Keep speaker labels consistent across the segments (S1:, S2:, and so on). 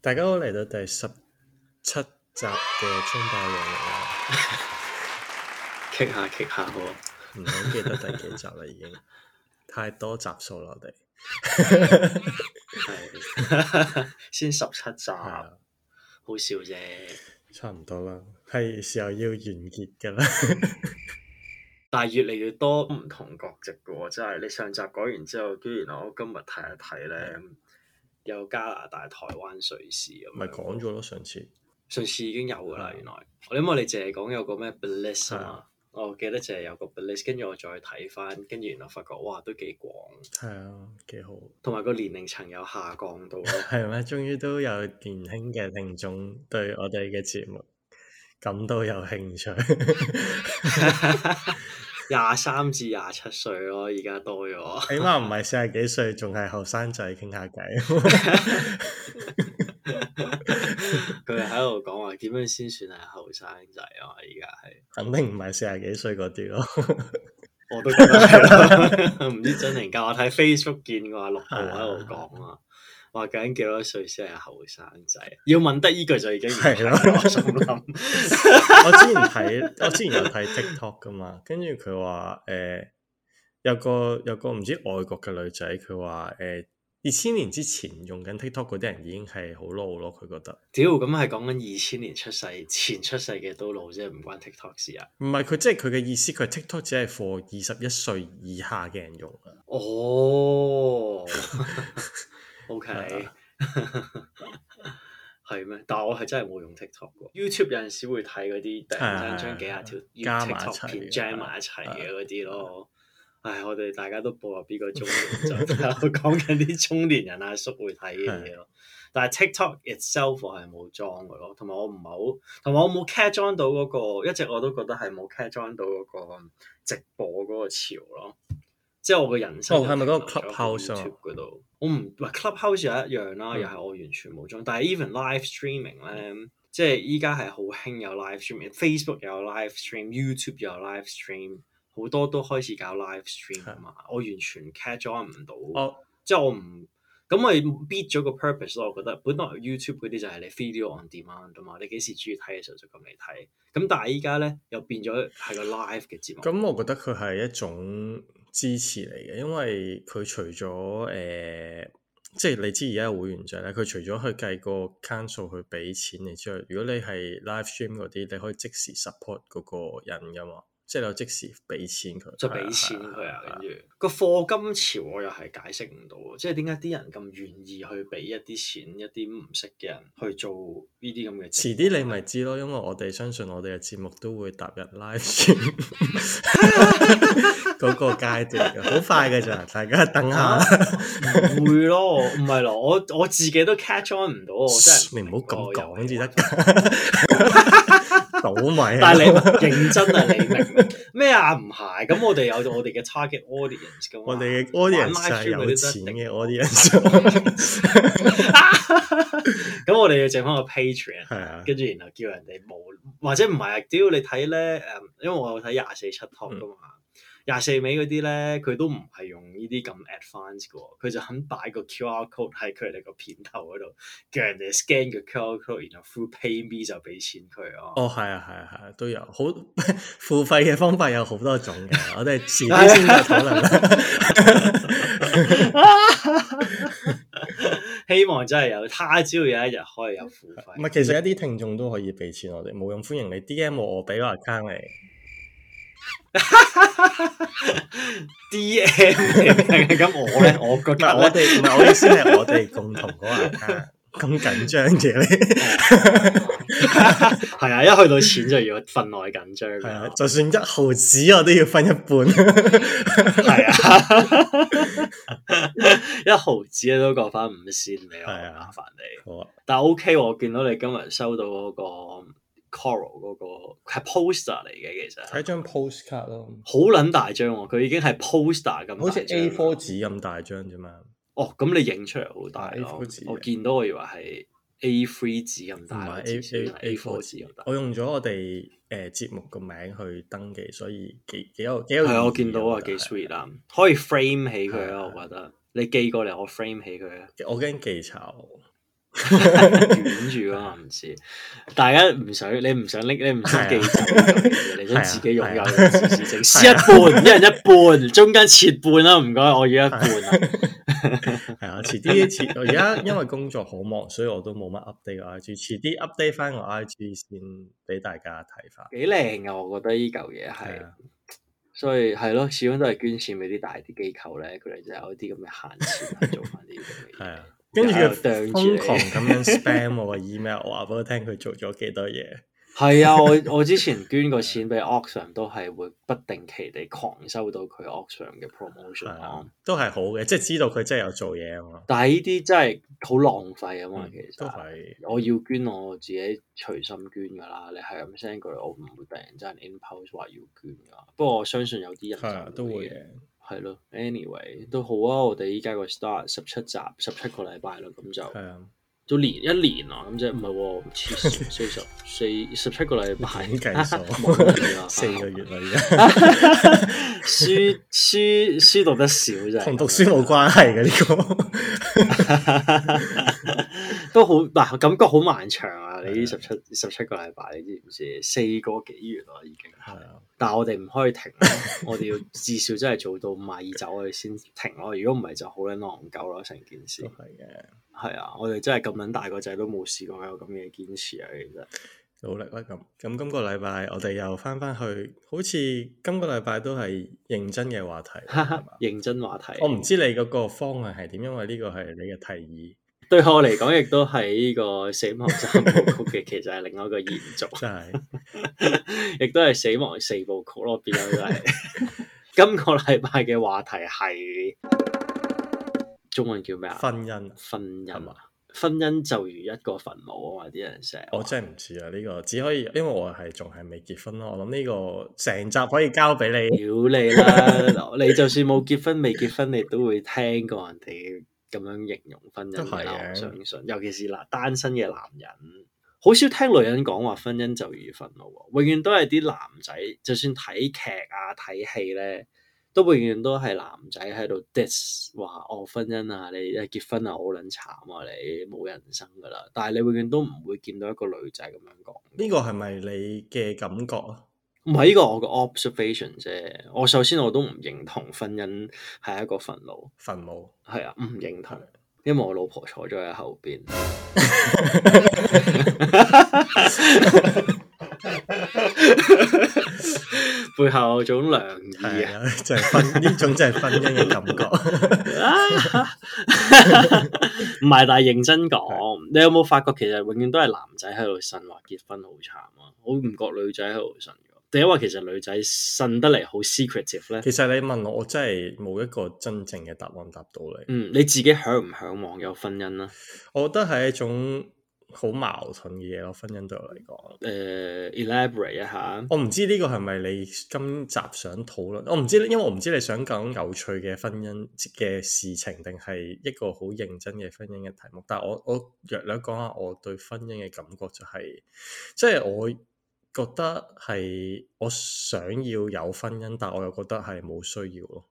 S1: 大家好，嚟到第十七集嘅中大王啦，
S2: 棘下棘下啊喎，
S1: 唔好記得第幾集啦， 已經太多集數啦，我哋
S2: 係先十七集，
S1: 係
S2: 好
S1: 啊，
S2: 笑啫。
S1: 差唔多啦，係時候要完結噶啦，
S2: 但係越嚟越多唔同國籍嘅喎，真係你上集講完之後，居然我今日睇一睇咧，有加拿大、台灣、瑞士咁樣。
S1: 咪講咗咯，上次
S2: 瑞士已經有㗎啦，
S1: 係啊
S2: 原來。我諗我哋淨係講有個咩 Bliss 啊
S1: 係
S2: 嘛，我記得淨係有個 Bliss，跟住我再睇翻，跟住原來發覺哇都幾廣，
S1: 係啊，幾好，
S2: 同埋個年齡層有下降到咯。
S1: 係咩？終於都有年輕嘅聽眾對我哋嘅節目感到有興 趣，
S2: 廿三至廿七歲咯，而家多咗。
S1: 起碼唔係四十幾歲，仲係後生仔傾下 偈，
S2: 佢哋喺度講話點樣先算係後生仔啊？而家係
S1: 肯定唔係四十幾歲嗰啲咯。
S2: 我都覺得係唔知真定假。我睇 Facebook 見過阿六號喺度講啊，話究竟幾多歲先係後生仔？要問得依句就已經唔 係啦。
S1: 係咯
S2: 我心諗
S1: 我之前睇，我之前有睇 TikTok 噶嘛，跟住佢話誒有個有個唔知外國嘅女仔，佢話誒二千年之前用緊 TikTok 嗰啲人已經係好老咯，佢覺得
S2: 屌咁係講緊二千年出世前出世嘅都老啫，唔關 TikTok 事啊。
S1: 唔係佢即係佢嘅意思，佢 TikTok 只係 for 二十一歲以下嘅人用啊。
S2: 哦，OK，
S1: 係啊
S2: 係咩？但係我係真係冇用 TikTok 嘅。YouTube 有陣時會睇嗰啲突然間將幾廿條
S1: 啊加埋一
S2: TikTok
S1: 齊嘅
S2: 片
S1: 啊
S2: jam 埋一齊嘅嗰啲咯。唉，我哋大家都步入呢個中年， 就講緊啲中年人阿叔會睇嘅嘢咯。但係 TikTok itself 我係冇裝嘅咯，同埋我唔係好，同埋我冇 catch on 到嗰、個，一直我都覺得係冇 catch on 到嗰個直播嗰個潮咯。即係我個人生
S1: 哦係咪嗰個
S2: 就停留咗喺
S1: Clubhouse 啊
S2: YouTube 嗰度？我唔喂 Clubhouse 有一樣啦，
S1: 嗯
S2: 又係我完全冇裝。但係 even live streaming 咧，即係依家係好興有 live streaming，Facebook 有 live stream，YouTube 有 live stream，好多都開始搞 live stream 啊嘛。我完全 catch on 唔到。
S1: 我
S2: 即係我唔咁咪 beat 咗個 purpose 咯。我覺得本來 YouTube 嗰啲就係你 video on demand 啊嘛，你幾時中意睇嘅時候就咁嚟睇。咁但係依家咧又變咗係個 live 嘅節目。
S1: 咁我覺得佢係一種支持嚟嘅，因為佢除咗誒、呃即係你知而家有會員制咧，佢除咗去計個 account 數去俾錢你之外，如果你係 live stream 嗰啲，你可以即時 support 嗰個人噶嘛，即係你有即時俾錢佢，
S2: 就俾錢佢啊，跟住個課金潮我又係解釋唔到喎，即係點解啲人咁願意去俾一啲錢一啲唔識嘅人去做呢啲咁嘅節
S1: 遲
S2: 目？
S1: 啲你咪知咯，因為我哋相信我哋嘅節目都會踏入 live stream 嗰個階段嘅，好快嘅咋，大家等下
S2: 啊。唔會咯，唔係咯，我我自己都 catch on 唔到，我哦真係
S1: 你 唔好咁
S2: 明喎
S1: 講至得㗎，倒米。啊
S2: 但係你認真啊，你明咩啊？唔係，咁我哋有我哋嘅 target audience 噶 嘛。
S1: 我哋嘅
S2: 玩
S1: audience
S2: live
S1: 係
S2: stream
S1: 有
S2: 嗰啲
S1: 錢
S2: 都一定
S1: 嘅 audience，
S2: 咁我哋要整翻個 patron，
S1: 係啊，
S2: 跟住然後叫人哋冇，或者唔係啊？屌你睇咧誒，因為我有睇廿四七 top 噶嘛，
S1: 嗯
S2: 廿四尾嗰啲咧，佢都唔係用呢啲咁 advanced 嘅喎，佢就肯擺個 QR code 喺佢哋個片頭嗰度，叫人哋 scan 個 QR code，然後 through PayMe 就俾錢佢咯。
S1: 哦係啊係啊係啊，都有好 付費嘅方法有好多種 嘅，我哋遲
S2: 啊
S1: 啲先再討論啦。
S2: 希望真係有，他朝有一日可以有付
S1: 唔
S2: 費。
S1: 係，其實一啲聽眾都可以俾錢我哋，冇用歡迎你 D M 我，我俾個 account 你。
S2: D M 咁 我咧，我覺
S1: 唔
S2: 得
S1: 係
S2: 我
S1: 我哋，唔係我意思係我哋共同嗰個 account，咁緊張嘅 你。
S2: 係啊，一去到錢就要分內緊張㗎
S1: 係啊，就算一毫子我都要分一半。
S2: 係啊，一毫子都過翻五仙你，我
S1: 係啊
S2: 麻煩你。
S1: 好啊，
S2: 但係 OK，我見到你今日收到嗰個 Coral 嗰個係 poster 嚟嘅，其實
S1: 睇張 postcard 咯。
S2: 好撚大張喎，佢已經係 poster 咁大張啦
S1: 好似 A4 紙咁大張啫嘛，
S2: 哦，咁你影出嚟好大
S1: 啊
S2: 咯
S1: ，A4 紙，
S2: 我見到我以為係 A3 紙咁
S1: 同
S2: 大
S1: 埋
S2: 咯，
S1: A
S2: 至少
S1: A
S2: 係
S1: A
S2: A4
S1: 4
S2: 紙咁大。
S1: 我用咗我哋誒節目個名去登記，所以幾幾有幾有意義
S2: 係
S1: 啊。
S2: 啊，我見到啊，
S1: 覺
S2: 幾
S1: 得
S2: sweet 啊，可以 frame 起佢
S1: 係啊
S2: 啊，我覺得。你寄過嚟，我 frame 起佢啊。
S1: 我驚記錯，
S2: 遠住啊嘛，唔知。 大家唔想你唔想拎，你唔想記走呢種嘢，你
S1: 啊係啊
S2: 想自己擁
S1: 係
S2: 有
S1: 啊
S2: 嘅自主性，撕
S1: 係
S2: 一
S1: 啊
S2: 半，一人一半，中間切半啦，唔該，我要一半啊。
S1: 係啊，遲啲遲，我而家因為工作好忙，所以我都冇乜 update 我 IG，遲啲 update 翻我 IG 先俾大家睇翻。
S2: 幾靚啊！我覺得呢嚿嘢
S1: 係
S2: 係
S1: 啊，，
S2: 所以係咯，始終都係捐錢俾啲大啲機構咧，佢哋就有啲咁嘅閒錢去啊做翻呢啲咁嘅
S1: 係
S2: 嘢
S1: 啊。。跟住
S2: 又
S1: 佢
S2: 啄住你
S1: 瘋狂咁樣 spam 我個 email，我話俾佢聽佢做咗幾多嘢。
S2: 係啊，我我之前捐過錢俾 Oxfam 都係會不定期地狂收到佢 Oxfam 嘅 promotion
S1: 係啊
S2: 啊，
S1: 都係好嘅，即係知道佢真係有做嘢啊嘛。
S2: 但係呢啲真係好浪費啊嘛，
S1: 嗯
S2: 其實
S1: 都係
S2: 我要捐我自己隨心捐噶啦，你係咁 send 過嚟，我唔會突然之間 impose 話要捐噶。不過我相信有啲人
S1: 係啊
S2: 就，
S1: 都會
S2: 會
S1: 嘅。
S2: 係咯，anyway 都好啊！我哋依家個 start 十七集，十七個禮拜啦，咁就
S1: 係啊，
S2: 都年一年啦，咁即係唔係喎？黐線，四十四十七個禮拜，
S1: 你計數
S2: 冇嘢啊啦
S1: 四個月啦， 而
S2: 書書書讀得少就
S1: 家同讀書冇關係嘅呢
S2: 都好嗱，感覺好漫長啊！你呢
S1: 係
S2: 十七十七個禮拜，你知唔知？四個幾月啦已經
S1: 個。
S2: 係
S1: 係。啊，
S2: 但係我哋唔可以停咯， 我哋要至少真係做到咪走，我哋先停咯。如果唔係就好撚戇鳩咯，成件事
S1: 都。係嘅，
S2: 係啊，我哋真係咁撚大個仔都冇試過有咁嘅堅持啊！其實
S1: 努力啦咁。咁今個禮拜我哋又翻翻去，好似今個禮拜都係認真嘅話題， 係嘛
S2: 認真話題，
S1: 我唔知你嗰個方向係點，因為呢個係你嘅提議，
S2: 對我嚟講，亦都係呢個死亡三部 曲嘅，其實係另外一個延續，
S1: 真係
S2: 亦都係死亡四部曲咯。變咗都係今個禮拜嘅話題係中文叫咩啊？
S1: 婚姻啊。
S2: 婚
S1: 係
S2: 姻
S1: 嘛
S2: 啊，婚姻就如一個墳墓啊嘛！啲人成日話
S1: 我真係唔知啊！呢、個只可以，因為我係仲係未結婚咯。我諗呢個成集可以交俾你，
S2: 屌你啦！ 你就算冇結婚未結婚，你都會聽過人哋咁樣形容婚姻㗎
S1: 都係
S2: 啦。
S1: 嘅
S2: 我相信，尤其是嗱單身嘅男人，好少聽女人講話婚姻就如墳墓喎，永遠都係啲男仔，就算睇劇啊睇戲咧。都永遠都係男仔喺度 diss 話哦婚姻啊，你誒結婚啊好撚慘啊，你冇人生㗎啦。但係你永遠都唔會見到一個女仔咁樣講。
S1: 呢個係咪你嘅感覺啊？
S2: 唔係呢個我個 observation 啫。我首先我都唔認同婚姻係一個憤怒，
S1: 墳墓
S2: 係啊，唔認同，因為我老婆坐咗喺後邊。 背後有種良意
S1: 係
S2: 啊！
S1: 啊，就係婚呢種就係婚姻嘅感 覺。
S2: 唔係，但係認真講，你有冇發覺其實永遠都係男仔喺度呻話結婚好慘啊？我唔覺女仔喺度呻㗎，定因為其實女仔呻得嚟好 secretive 咧？
S1: 其實你問我，我真係冇一個真正嘅答案答到你。
S2: 嗯，你自己嚮唔嚮往有婚姻啦？
S1: 我覺得係一種好矛盾嘅嘢咯。婚姻對我嚟講，
S2: 誒、elaborate 呃一下，
S1: 我唔知呢個係咪你今集想討論。我唔知，因為我唔知你想講有趣嘅婚姻嘅事情，定係一個好認真嘅婚姻嘅題目。但係我我略略講下我對婚姻嘅感覺就係、即係我覺得係我想要有婚姻，但我又覺得係冇需要咯。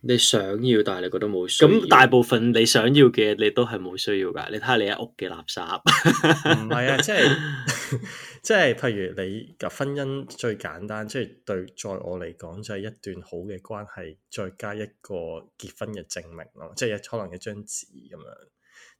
S2: 你想要但係你覺得冇需要。
S1: 要
S2: 咁大部分你想要嘅你都係冇需要㗎。你睇下你一屋嘅垃圾，
S1: 唔係啊，即係 即係，譬如你嘅婚姻最簡單，即係對在我嚟講就係一段好嘅關係，再加一個結婚嘅證明咯，即係可能一張紙咁樣。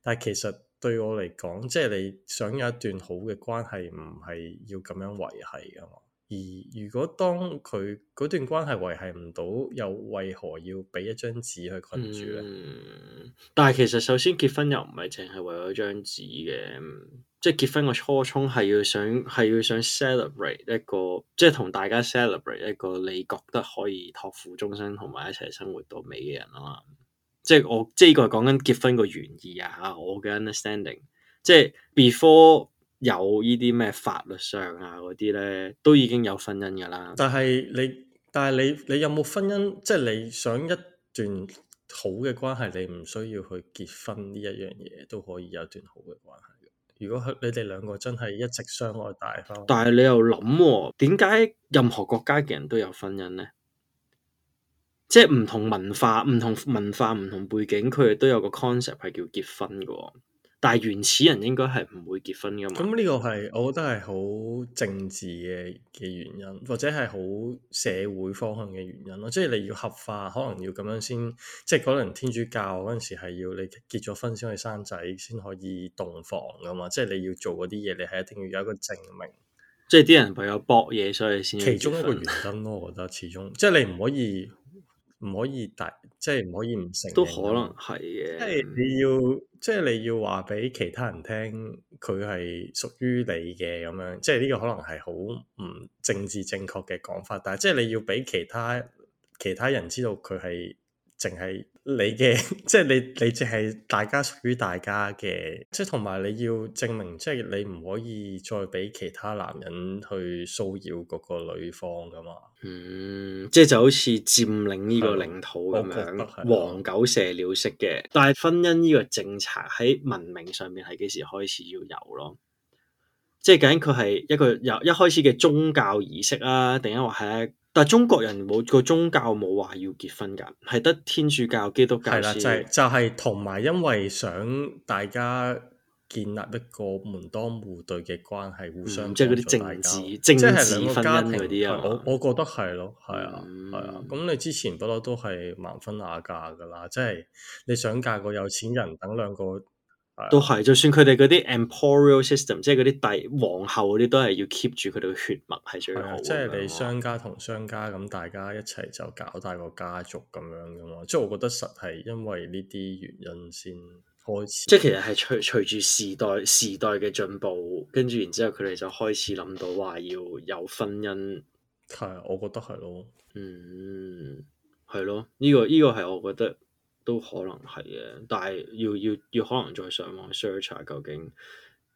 S1: 但係其實對我嚟講，即係你想有一段好嘅關係，唔係要咁樣維係噶嘛。而如果當佢嗰段關係維係唔到，又為何要俾一張紙去困住咧？
S2: 嗯，但係其實首先結婚又唔係淨係為咗張紙嘅，嗯即係結婚個初衷係要想係要想 celebrate 一個，即係同大家 celebrate 一個你覺得可以托付終身同埋一齊生活到尾嘅人啊嘛。即係我即係呢個係講緊結婚個原意啊嚇，我嘅 understanding，即係 before 有呢啲咩法律上啊嗰啲咧，都已經有婚姻㗎啦。
S1: 但係你，但係你，你有冇婚姻？即係你想一段好嘅關係，你唔需要去結婚呢一樣嘢，都可以有一段好嘅關係嘅。如果佢你哋兩個真係一直相愛大方，
S2: 但係你又諗喎，點解任何國家嘅人都有婚姻呢？即係唔同文化、唔同文化、唔同背景，佢哋都有個 concept 係叫結婚嘅喎。但係原始人應該係唔會結婚噶嘛。
S1: 咁呢個係我覺得係好政治嘅嘅原因，或者係好社會方向嘅原因咯。即係你要合法，可能要咁樣先，即係可能天主教嗰陣時係要你結咗婚先可以生仔，先可以洞房噶嘛。即係你要做嗰啲嘢，你係一定要有一個證明。
S2: 即係啲人為咗搏嘢，所以先要
S1: 其中一個
S2: 結
S1: 原
S2: 婚
S1: 因咯，我覺得始終即係你唔可以唔可以大，即係唔可以唔承認
S2: 都
S1: 㗎
S2: 可
S1: 嘛
S2: 能係嘅。
S1: 即係你要，即係你要話俾其他人聽，佢係屬於你嘅咁樣，即係呢個可能係好唔政治正確嘅講法，但係即係你要俾其他其他人知道佢係淨係你嘅， 即係你你淨係大家屬於大家嘅，即係同埋你要證明，即係你唔可以再俾其他男人去騷擾嗰個女方噶嘛。
S2: 嗯，即係就好似佔領呢個
S1: 係咯
S2: 領土咁
S1: 我覺得
S2: 樣，
S1: 係啊咯
S2: 黃狗射鳥式嘅。但係婚姻呢個政策喺文明上面係幾時開始要有咯？即係究竟佢係一個由一開始嘅宗教儀式啊，定抑或係？但係中國人冇個宗教冇話要結婚㗎，係得天主教、基督教
S1: 係啦，就係、
S2: 先。
S1: 就係同埋，因為想大家建立一個門當戶對嘅關係，互相
S2: 嗯即係嗰啲
S1: 幫助
S2: 政治
S1: 大家
S2: 政治
S1: 即係兩個家庭
S2: 婚姻嗰啲啊
S1: 係我我覺得係咯，係啊，
S2: 嗯
S1: 係啊。咁你之前不嬲都係盲婚啞嫁噶啦，即係你想嫁個有錢人，等兩個啊
S2: 都係，就算佢哋嗰啲 emporial system，即係嗰啲帝皇后嗰啲，都係要 keep 住佢哋嘅血脈係最
S1: 係
S2: 好
S1: 啊
S2: 咁樣咯。
S1: 即係你商家同商家咁，大家一齊就搞大個家族咁樣噶嘛。即係我覺得實係因為呢啲原因先開始。
S2: 即係其實係隨隨住時代時代嘅進步，跟住然之後佢哋就開始諗到話要有婚姻，
S1: 係啊，我覺得係咯。
S2: 嗯，係咯，呢、個呢、個係我覺得都可能係嘅，但係要要要可能再上網 search 下究竟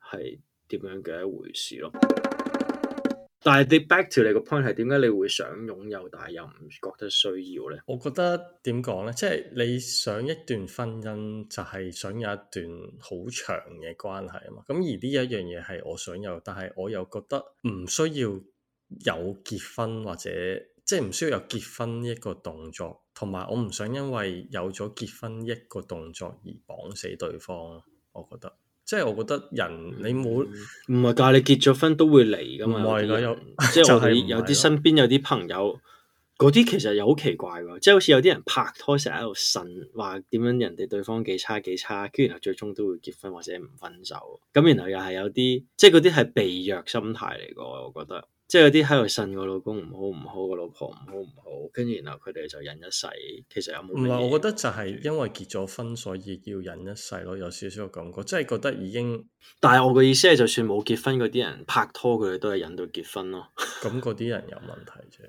S2: 係點樣嘅一回事咯。但係你 back to 你個 point 係點解你會想擁有，但係又唔覺得需要咧？
S1: 我覺得點講呢？即係你想一段婚姻，就係想有一段好長嘅關係啊嘛。咁而呢一樣嘢係我想有，但係我又覺得唔需要有結婚或者即係唔需要有結婚呢一個動作，同埋我唔想因為有咗結婚一個動作而綁死對方。我覺得，即係我覺得人
S2: 嗯
S1: 你冇。
S2: 唔係㗎，你結咗婚都會嚟噶嘛？
S1: 唔係㗎
S2: 有啲人
S1: 有
S2: 即係我
S1: 就係
S2: 哋
S1: 唔係
S2: 有
S1: 咯
S2: 啲身邊有啲朋友，嗰啲其實又好奇怪㗎，即係好似有啲人拍拖成日喺度呻話點樣人哋對方幾差幾差，跟住然後最終都會結婚或者唔分手，咁然後又係有啲即係嗰啲係被虐心態嚟㗎，我覺得。即係有啲喺度呻個老公唔好唔好，個老婆唔好唔好，跟住然後佢哋就忍一世。其實有冇
S1: 唔
S2: 乜嘢？
S1: 係，我覺得就係因為結咗婚，所以要忍一世咯，有少少嘅感覺，即係覺得已經
S2: 但係我嘅意思係，就算冇結婚嗰啲人拍拖，佢哋都係忍到結婚咯。
S1: 咁嗰啲人有問題啫。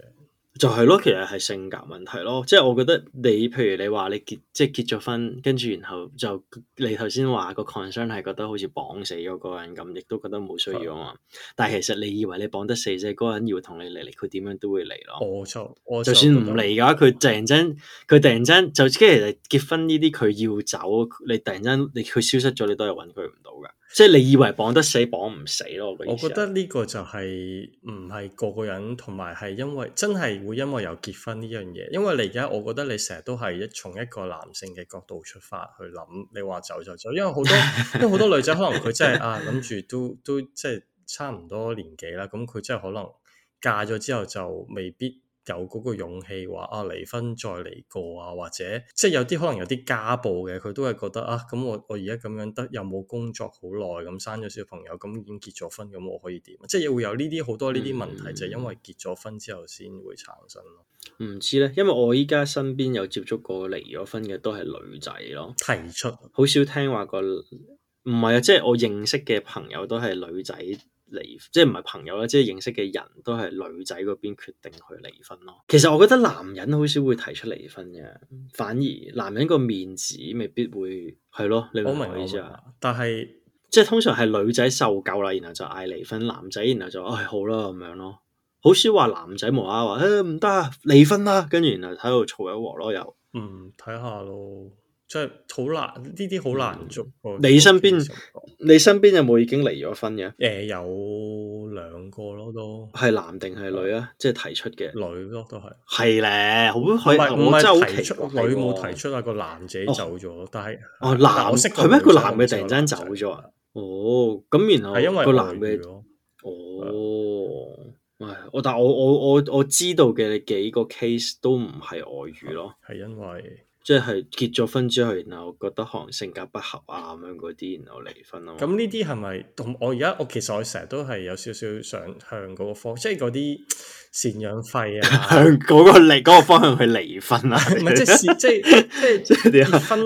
S2: 就係咯，其實係性格問題咯，即係我覺得你，譬如你話你結即係結咗婚，跟住然後就你頭先話個 concern 係覺得好似綁死咗嗰個人咁，亦都覺得冇需要啊嘛。但係其實你以為你綁得死啫，嗰個人要同你嚟，佢點樣都會嚟咯。
S1: 我就我
S2: 就算
S1: 覺
S2: 唔
S1: 得
S2: 嚟嘅話，佢突然間佢突然間就即係其實結婚呢啲佢要走，你突然間你佢消失咗，你都係揾佢唔到㗎。即係你以為綁得死綁唔死咯，我嘅
S1: 我
S2: 意思
S1: 覺
S2: 係
S1: 得呢個就係唔係個個人，同埋係因為真係會因為有結婚呢樣嘢，因為你而家我覺得你成日都係一從一個男性嘅角度出發去諗，你話走就走，因為好多因為好多女仔可能佢真係啊諗住都都即係差唔多年紀啦，咁佢真係可能嫁咗之後就未必。有嗰個勇氣話啊離婚再嚟過啊，或者即係有啲可能有啲家暴嘅，佢都係覺得啊咁我我而家咁樣得又冇工作好耐咁生咗小朋友咁已經結咗婚咁我可以點？啊即係會有呢啲好多呢啲問題，
S2: 嗯
S1: 就係因為結咗婚之後先會產生咯。
S2: 唔知咧，因為我依家身邊有接觸過離咗婚嘅都係女仔咯，
S1: 提出
S2: 好少聽話個唔係啊，即係我認識嘅朋友都係女仔離，即係唔係朋友啦，即係認識嘅人都係女仔嗰邊決定去離婚咯。其實我覺得男人好少會提出離婚嘅，反而男人個面子未必會係咯，你明
S1: 我
S2: 唔
S1: 明
S2: 明我
S1: 我
S2: 意思
S1: 明
S2: 啊？，
S1: 但係
S2: 即係通常係女仔受夠啦，然後就嗌離婚，男仔然後就唉、好啦咁樣咯，好少話男仔無啦啦話誒唔得啊離婚啦，跟住然後喺度嘈一鑊咯又。
S1: 嗯睇下咯，即係好難呢啲好難捉個。
S2: 你身邊你身邊有冇已經離咗婚嘅？
S1: 誒有兩兩個咯，都
S2: 係男定係女啊？即係提出嘅，
S1: 女咯，都係。
S2: 係咧，好
S1: 唔
S2: 佢
S1: 係唔
S2: 我真係好
S1: 係提
S2: 奇
S1: 出
S2: 怪喎
S1: 女冇提出啊，個男自己走咗，但係
S2: 哦，
S1: 但
S2: 男
S1: 我識
S2: 係咩？個
S1: 女仔我
S2: 男
S1: 唔
S2: 嘅
S1: 知個
S2: 突然間
S1: 男
S2: 走
S1: 仔
S2: 咗啊！哦，咁然後
S1: 係因為
S2: 個
S1: 外
S2: 男
S1: 遇
S2: 嘅
S1: 咯，
S2: 哦，喂，我但我我我我知道嘅幾個 case 都唔係外遇咯，
S1: 係因為
S2: 即係結咗婚之後，然後覺得可能性格不合啊咁樣嗰啲，然後離婚啊嘛。
S1: 咁呢啲係咪同我而家我其實我成日都係有少少想向嗰個方，即係嗰啲贍養費啊
S2: 向。嗰個離嗰個方向去離婚啊！
S1: 唔係即係是即 係即
S2: 即係
S1: 係
S2: 點啊
S1: 結婚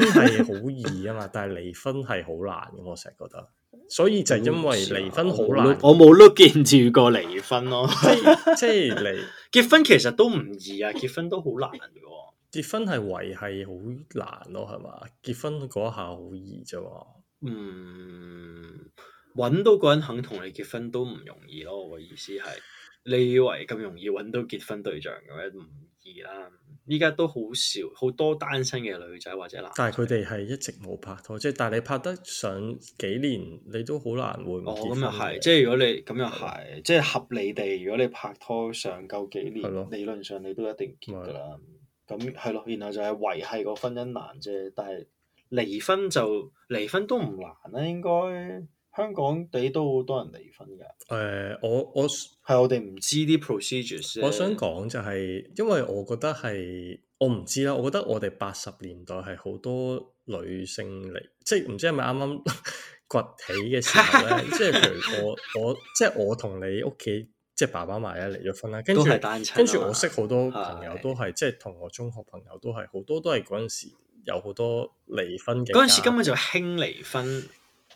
S1: 係好易啊嘛，但係離婚係好難嘅，我成日覺得。所以就係因為離婚嗯好難，
S2: 啊我冇 look 見住過離婚咯。
S1: 即係即係離
S2: 結婚其實都唔易啊，結婚都好難嘅喎。
S1: 結婚係維係好難咯，係嘛？結婚嗰下好易啫喎。
S2: 嗯，揾到個人肯同你結婚都唔容易咯。我嘅意思係，你以為咁容易揾到結婚對象嘅咩？唔易啦。依家都好少，好多單身嘅女仔或者男仔。
S1: 但係佢哋係一直冇拍拖，即係但係你拍得上幾年，你都好難會唔
S2: 哦，
S1: 結
S2: 咁
S1: 婚
S2: 又
S1: 嘅
S2: 係，即係如果你咁又係，即係合理地，如果你拍拖上夠幾
S1: 係咯
S2: 年，理論上你都一定結
S1: 咪
S2: 㗎啦。咁係咯，然後就係維係個婚姻難啫，但係離婚就離婚都唔難啦，應該香港地都好多人離婚㗎。
S1: 誒、我我
S2: 係我哋唔知啲 procedures 啫
S1: 我想講就係、因為我覺得係我唔知啦，我覺得我哋八十年代係好多女性嚟，即係唔知係咪啱 啱崛起嘅時候 咧，即係譬如我我即係我同你屋企即係爸爸媽媽離咗婚啦，跟
S2: 都
S1: 住
S2: 係單親啊嘛。
S1: 跟住我識好多朋友
S2: 係
S1: 都係即係同我中學朋友都係好多都係嗰陣時有好多離婚嘅
S2: 嗰陣時
S1: 家
S2: 根本就興離婚，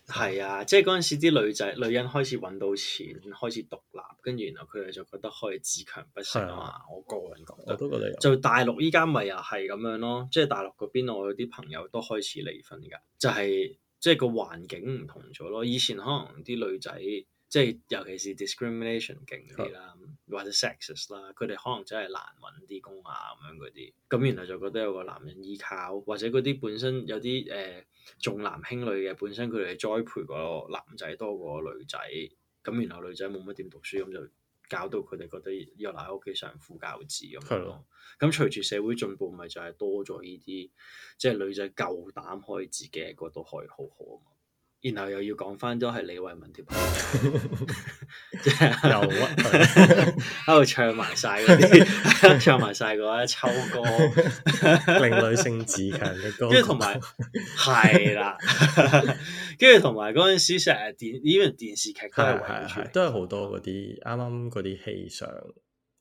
S2: 係啊，即係嗰陣時啲女仔女人開始揾到錢，開始獨立，跟住然後佢哋就覺得可以自強不息啊
S1: 係
S2: 嘛。我個人覺
S1: 我
S2: 得，
S1: 都覺得有。
S2: 就大陸依家咪又係咁樣咯，即係大陸嗰邊我有啲朋友都開始離婚㗎，就係即係個環境唔同咗咯。以前可能啲女仔即係尤其是 discrimination 勁啲啦，或者 sexist 啦，佢哋可能真係難揾啲工啊咁樣嗰啲，咁然後就覺得有個男人依靠，或者嗰啲本身有啲誒、呃重男輕女嘅，本身佢哋栽培個男仔多過女仔，咁然後女仔冇乜點讀書，咁就搞到佢哋覺得要留喺屋企相夫教子咁
S1: 係咯
S2: 樣咯。咁隨住社會進步，咪就係多咗呢啲，即係女仔夠膽可以自己喺嗰度可以好好啊嘛。然後又要講翻都係李慧文貼， 即係
S1: 又屈
S2: 喺度唱埋晒嗰啲，唱埋晒嗰一抽歌，
S1: 令女性自強嘅歌，
S2: 跟住同埋係 啦，跟住同埋嗰陣時成日電，even 電視劇都
S1: 係係
S2: 係圍住嚟
S1: 係，都係好多嗰啲啱啱嗰啲戲上，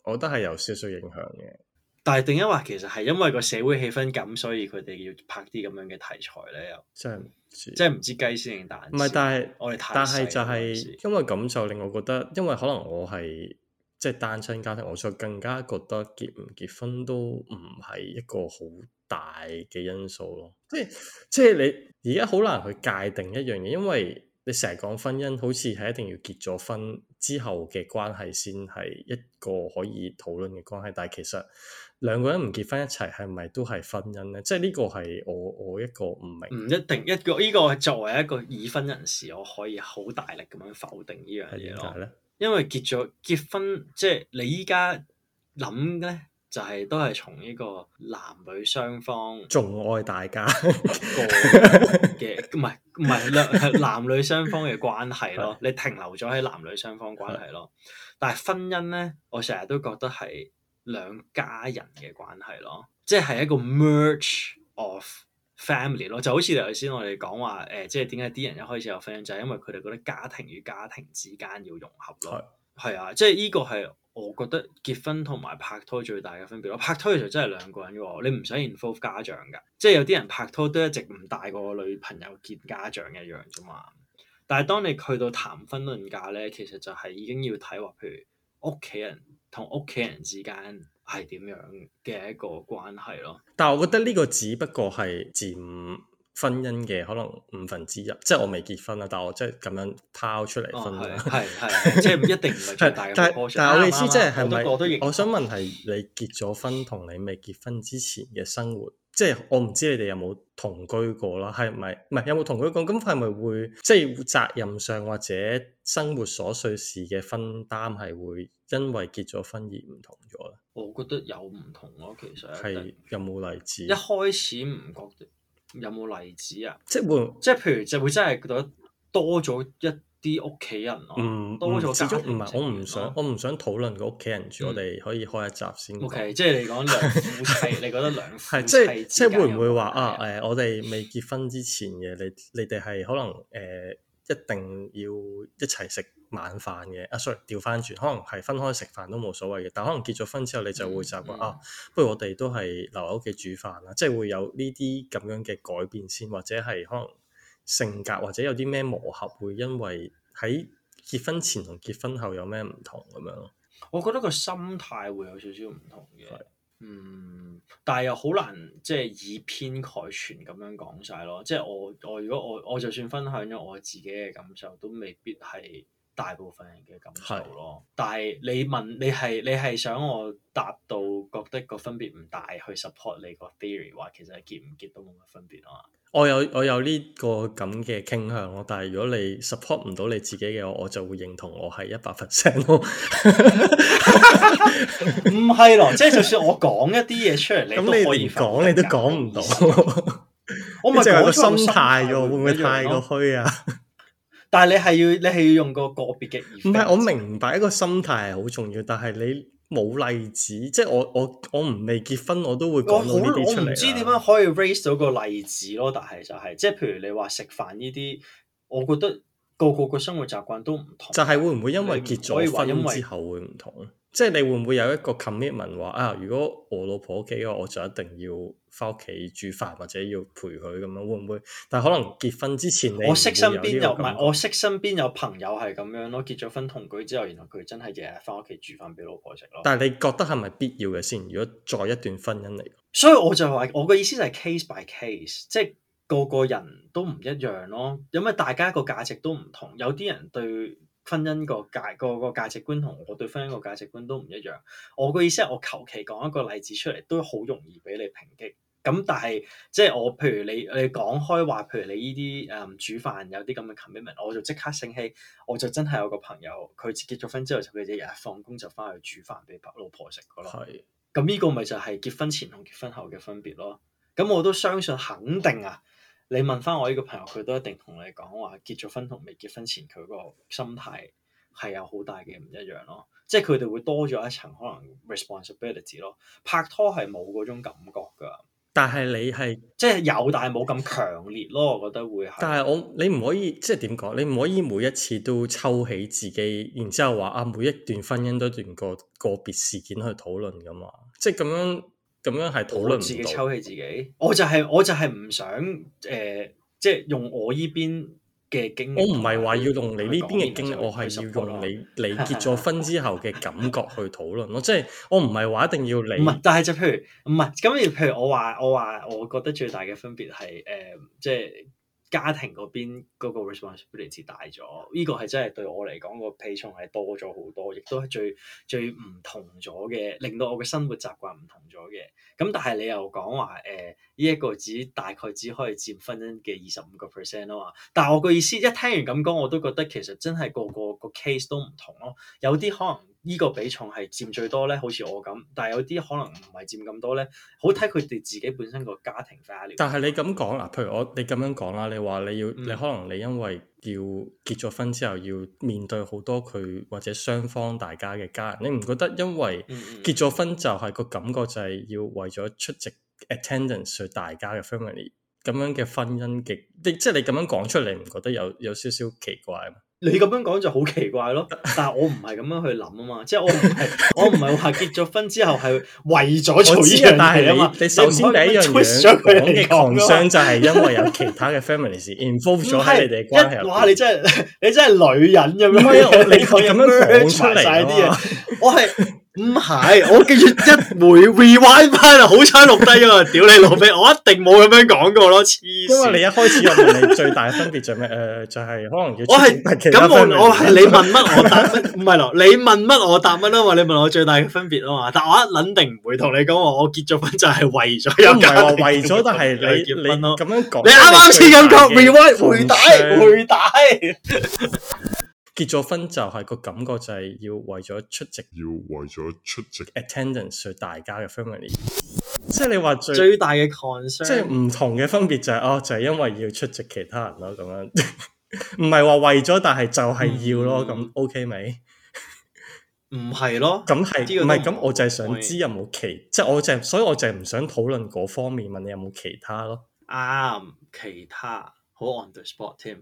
S1: 我覺得係有少少影響嘅。
S2: 但係定一話其實係因為個社會氣氛咁，所以佢哋要拍啲咁樣嘅題材咧，又
S1: 真係唔知。
S2: 即係唔知雞先定蛋先。
S1: 嗯唔係，但係
S2: 我哋太
S1: 但係
S2: 細
S1: 就
S2: 啦嗰
S1: 係
S2: 陣時
S1: 因為咁就令我覺得，因為可能我係即係單親家庭，我就更加覺得結唔結婚都唔係一個好大嘅因素咯。即係即係你而家好難去界定一樣嘢，因為你成日講婚姻，好似係一定要結咗婚之後嘅關係先係一個可以討論嘅關係，但係其實兩個人唔結婚一齊係咪都係婚姻咧？即係呢個係我我一個唔明。
S2: 唔一定一個呢、個作為一個已婚人士，我可以好大力咁樣否定呢樣
S1: 係
S2: 嘢
S1: 點解
S2: 咯。
S1: 咧？
S2: 因為結咗結婚，即係你依家諗咧，就係、都係從呢個男女雙方
S1: 仲愛大家，
S2: 個嘅，唔係唔係兩係男女雙方嘅關係咯。你停留咗喺男女雙方關係咯，但係婚姻咧，我成日都覺得係兩家人嘅關係咯，即係一個 merge of。family 咯，就好似頭先我哋講話誒，即係點解啲人一開始有婚姻，就係、因為佢哋覺得家庭與家庭之間要融合咯。係啊，即係呢個係我覺得結婚同埋拍拖最大嘅分別咯。拍拖其實真係兩個人嘅喎，你唔使 involve 家長㗎。即係有啲人拍拖都一直唔帶個女朋友見家長一樣啫嘛。但係當你去到談婚論嫁咧，其實就係已經要睇話，譬如屋企人同屋企人之間係點樣嘅一個關係咯。
S1: 但係我覺得呢個只不過係佔婚姻嘅可能五分之一，即係我未結婚啦，但係我即係咁樣拋出嚟
S2: 哦，
S1: 分
S2: 係
S1: 啦。
S2: 係係，即係一定唔係最
S1: 係
S2: 大嘅
S1: 但
S2: proportion
S1: 但係我
S2: 啱
S1: 意思
S2: 啱
S1: 即係
S2: 啱
S1: 係
S2: 我都我都認
S1: 咪？
S2: 同
S1: 我想問係你結咗婚同你未結婚之前嘅生活，即係我唔知你哋有冇同居過啦，係咪？唔係有冇同居過？咁係咪會即係責任上或者生活瑣碎事嘅分擔係會因為結咗婚而唔同咗咧？
S2: 我覺得有唔同咯，其實一定
S1: 係有冇例子
S2: 一？開始唔覺得有冇例子啊？
S1: 即係會唔
S2: 即係譬如就會真係覺得多咗一啲屋企人咯，
S1: 嗯
S2: 多
S1: 唔
S2: 咗
S1: 始
S2: 家
S1: 終
S2: 庭
S1: 唔係我唔想
S2: 成員咯
S1: 我唔想討論個屋企人住，
S2: 嗯
S1: 我哋可以開一集先講。
S2: OK，即係你講兩夫妻， 你覺得兩夫
S1: 係
S2: 妻
S1: 即係即係
S2: 係
S1: 會唔會話啊？誒、我哋未結婚之前嘅你，你哋係可能誒、呃一定要一齊食晚飯嘅啊，sorry，調翻轉，可能係分開食飯都冇所謂嘅，但可能結咗婚之後你就會習慣、
S2: 嗯嗯
S1: 啊，不如我哋都係留喺屋企煮飯啦，即係會有呢啲咁樣嘅改變先，或者係可能性格或者有啲咩磨合，會因為喺結婚前同結婚後有咩唔同咁樣咯。
S2: 我覺得個心態會有少少唔同嘅。嗯，但係又好難即係以偏概全咁樣講晒咯。即係我我如果我我就算分享咗我自己嘅感受，都未必係大部分人嘅感受咯。但係你問你係你係想我答到覺得個分別唔大，去 support 你個 theory 話其實結唔結都冇乜分別 啊嘛。
S1: 我有我有呢個咁嘅傾向咯，但係如果你 support 唔到你自己嘅，我我就會認同我係一百 percent 咯。
S2: 唔係咯，即係就算我講一啲嘢出嚟，
S1: 咁
S2: 都
S1: 你
S2: 可以
S1: 連講你都講唔到，
S2: 我咪
S1: 即係
S2: 講
S1: 個
S2: 咗
S1: 心
S2: 我
S1: 態
S2: 喎，
S1: 喎，會唔會太過
S2: 咯？
S1: 虛啊？
S2: 但係你係要你係要用個個別嘅 effect，
S1: 唔係，我明白一個心態係好重要，但係你冇例子，即係我我我唔未結婚，我都會
S2: 我
S1: 講
S2: 好
S1: 到呢
S2: 我
S1: 啲出嚟啦。
S2: 唔知點樣可以 raise 到個例子咯，但係就係、即係譬如你話食飯呢啲，我覺得個個個生活習慣都唔同，
S1: 就係會唔會因為
S2: 你唔
S1: 結
S2: 可以
S1: 咗
S2: 話因
S1: 婚
S2: 為
S1: 之後會唔同？即係你會唔會有一個 commitment 話啊？如果我老婆屋企嘅話，我就一定要翻屋企煮飯或者要陪佢咁樣，會唔會？但係可能結婚之前你
S2: 我識身邊
S1: 邊
S2: 有唔係我識身邊有朋友係咁樣咯，結咗婚同居之後，原來佢真係日日翻屋企煮飯俾老婆食咯。
S1: 但係你覺得係咪必要嘅先？如果再一段婚姻嚟，
S2: 所以我就話，我嘅意思就係 case by case，即係個個人都唔一樣咯，因為大家個價值都唔同，有啲人對婚姻個價個個價值觀同我對婚姻個價值觀都唔一樣。我嘅意思係我求其講一個例子出嚟，都好容易俾你抨擊。咁但係即係我，譬如你你講開話，譬如你呢啲誒煮飯有啲咁嘅 commitment，我就即刻醒起，我就真係有個朋友，佢結咗婚之後就佢日日放工就翻去煮飯俾老婆食噶咯。
S1: 係
S2: 咁呢個咪就係結婚前同結婚後嘅分別咯。咁我都相信肯定啊！你問翻我呢個朋友，佢都一定同你講話，結咗婚同未結婚前佢個心態係有好大嘅唔一樣咯。即係佢哋會多咗一層可能 responsibility 咯。拍拖係冇嗰種感覺㗎，
S1: 但係你係，
S2: 即係有但係冇咁強烈咯。我覺得會係。
S1: 但係我你唔可以即係點講？你唔可以每一次都抽起自己，然之後話啊，每一段婚姻都一段個個別事件去討論噶嘛？即係咁樣咁樣係討
S2: 我
S1: 論
S2: 自己
S1: 唔到。
S2: 抽起自己，我就係、我就係唔想誒、呃即係用我依邊嘅經歷
S1: 我
S2: 同
S1: 唔
S2: 埋去。
S1: 係話要用你呢邊嘅經歷，
S2: 去
S1: 我係要
S2: support 咯
S1: 用你
S2: 嗯
S1: 你結咗婚之後嘅感覺去討論咯。即係我唔係話一定要
S2: 唔係
S1: 你，
S2: 但係就譬如唔係咁，譬如我話我話，我覺得最大嘅分別係誒、即係家庭嗰邊嗰個 responsibility 大咗，呢、個係真係對我嚟講個比重係多咗好多，亦都係最最唔同咗嘅，令到我嘅生活習慣唔同咗嘅。咁但係你又講話誒，呢、一個只大概只可以佔婚姻嘅二十五個 percent 啊嘛。但係我個意思一聽完咁講，我都覺得其實真係個個個 case 都唔同咯。有啲可能呢個比重係佔最多咧，好似我咁，但係有啲可能唔係佔咁多咧，好睇佢哋自己本身個家庭 value。
S1: 但係你咁講嗱，譬如我你咁樣講啦，你話你要
S2: 嗯
S1: 你可能你因為要結咗婚之後要面對好多佢或者雙方大家嘅家人，你唔覺得因為
S2: 嗯嗯
S1: 結咗婚就係個感覺就係要為咗出席 attendance 去大家嘅 family 咁樣嘅婚姻嘅，即即係你咁樣講出嚟，唔覺得有有少少奇怪嗎？
S2: 你咁樣講就好奇 怪咯，但係我唔係咁樣去諗啊嘛，即係我唔係 我唔係話結咗婚之後係為咗做
S1: 我
S2: 呢
S1: 知啊
S2: 樣，
S1: 但
S2: 嘢啊嘛
S1: 係，你你首先第一樣嘢
S2: 想
S1: 講嘅 concern 就係因為有其他嘅 families involve 咗喺你哋嘅關係
S2: 一
S1: 入
S2: 哇！你
S1: 邊。
S2: 真係 你真係女人咁樣，
S1: 唔係啊我你
S2: 講嘢
S1: 咁樣講
S2: merge
S1: 出嚟
S2: 埋晒啲
S1: 啊嘛
S2: 嘢，我係唔係，我記住一回 rewind 翻啊，好彩錄低啊！屌你老味，我一定冇咁樣講過咯，黐
S1: 因為
S2: 線
S1: 你。一開始我問你最大分別就咩？誒、就係、可能要
S2: 我係
S1: 出其他
S2: 咁
S1: 分
S2: 我我
S1: 別
S2: 係你問乜我答 乜，唔係咯？你問乜我答乜啊嘛？你問我最大嘅分別啊嘛？但我一撚定唔會同你講話，我結咗婚就係為咗
S1: 都
S2: 有
S1: 唔
S2: 家
S1: 係話
S2: 庭
S1: 為咗，但係
S2: 而
S1: 你
S2: 結
S1: 你
S2: 婚咯
S1: 咁樣講，
S2: 你啱啱先咁講
S1: 你最大嘅創
S2: rewind 回帶
S1: 傷
S2: 回帶，
S1: 結咗婚就係個感覺就係要為咗出席
S3: 要為咗出席
S1: attendance 對大家嘅 family，即係你話最
S2: 最大嘅 concern
S1: 即係唔同嘅分別就係、哦，就係、因為要出席其他人咯，咁樣 唔係話為咗，但係就係要咯，咁、
S2: 嗯
S1: OK 未？
S2: 唔係咯？
S1: 咁係唔
S2: 呢
S1: 係
S2: 個都唔
S1: 咁？我就係想知有冇其，即係我就係所以我就係唔想討論嗰方面，問你有冇其他咯。
S2: 啱，其他好 on the spot 添，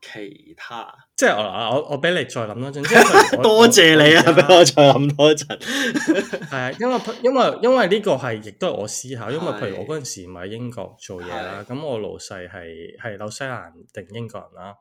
S2: 其他。
S1: 即係我我我俾你再諗多 陣，即係
S2: 多謝你啊！俾我再諗多陣。
S1: 係啊，因為因為因為呢個係亦都係我思考，因為譬如
S2: 係
S1: 我嗰陣時咪喺英國做嘢啦，咁我老細係係紐西蘭定英國人啦，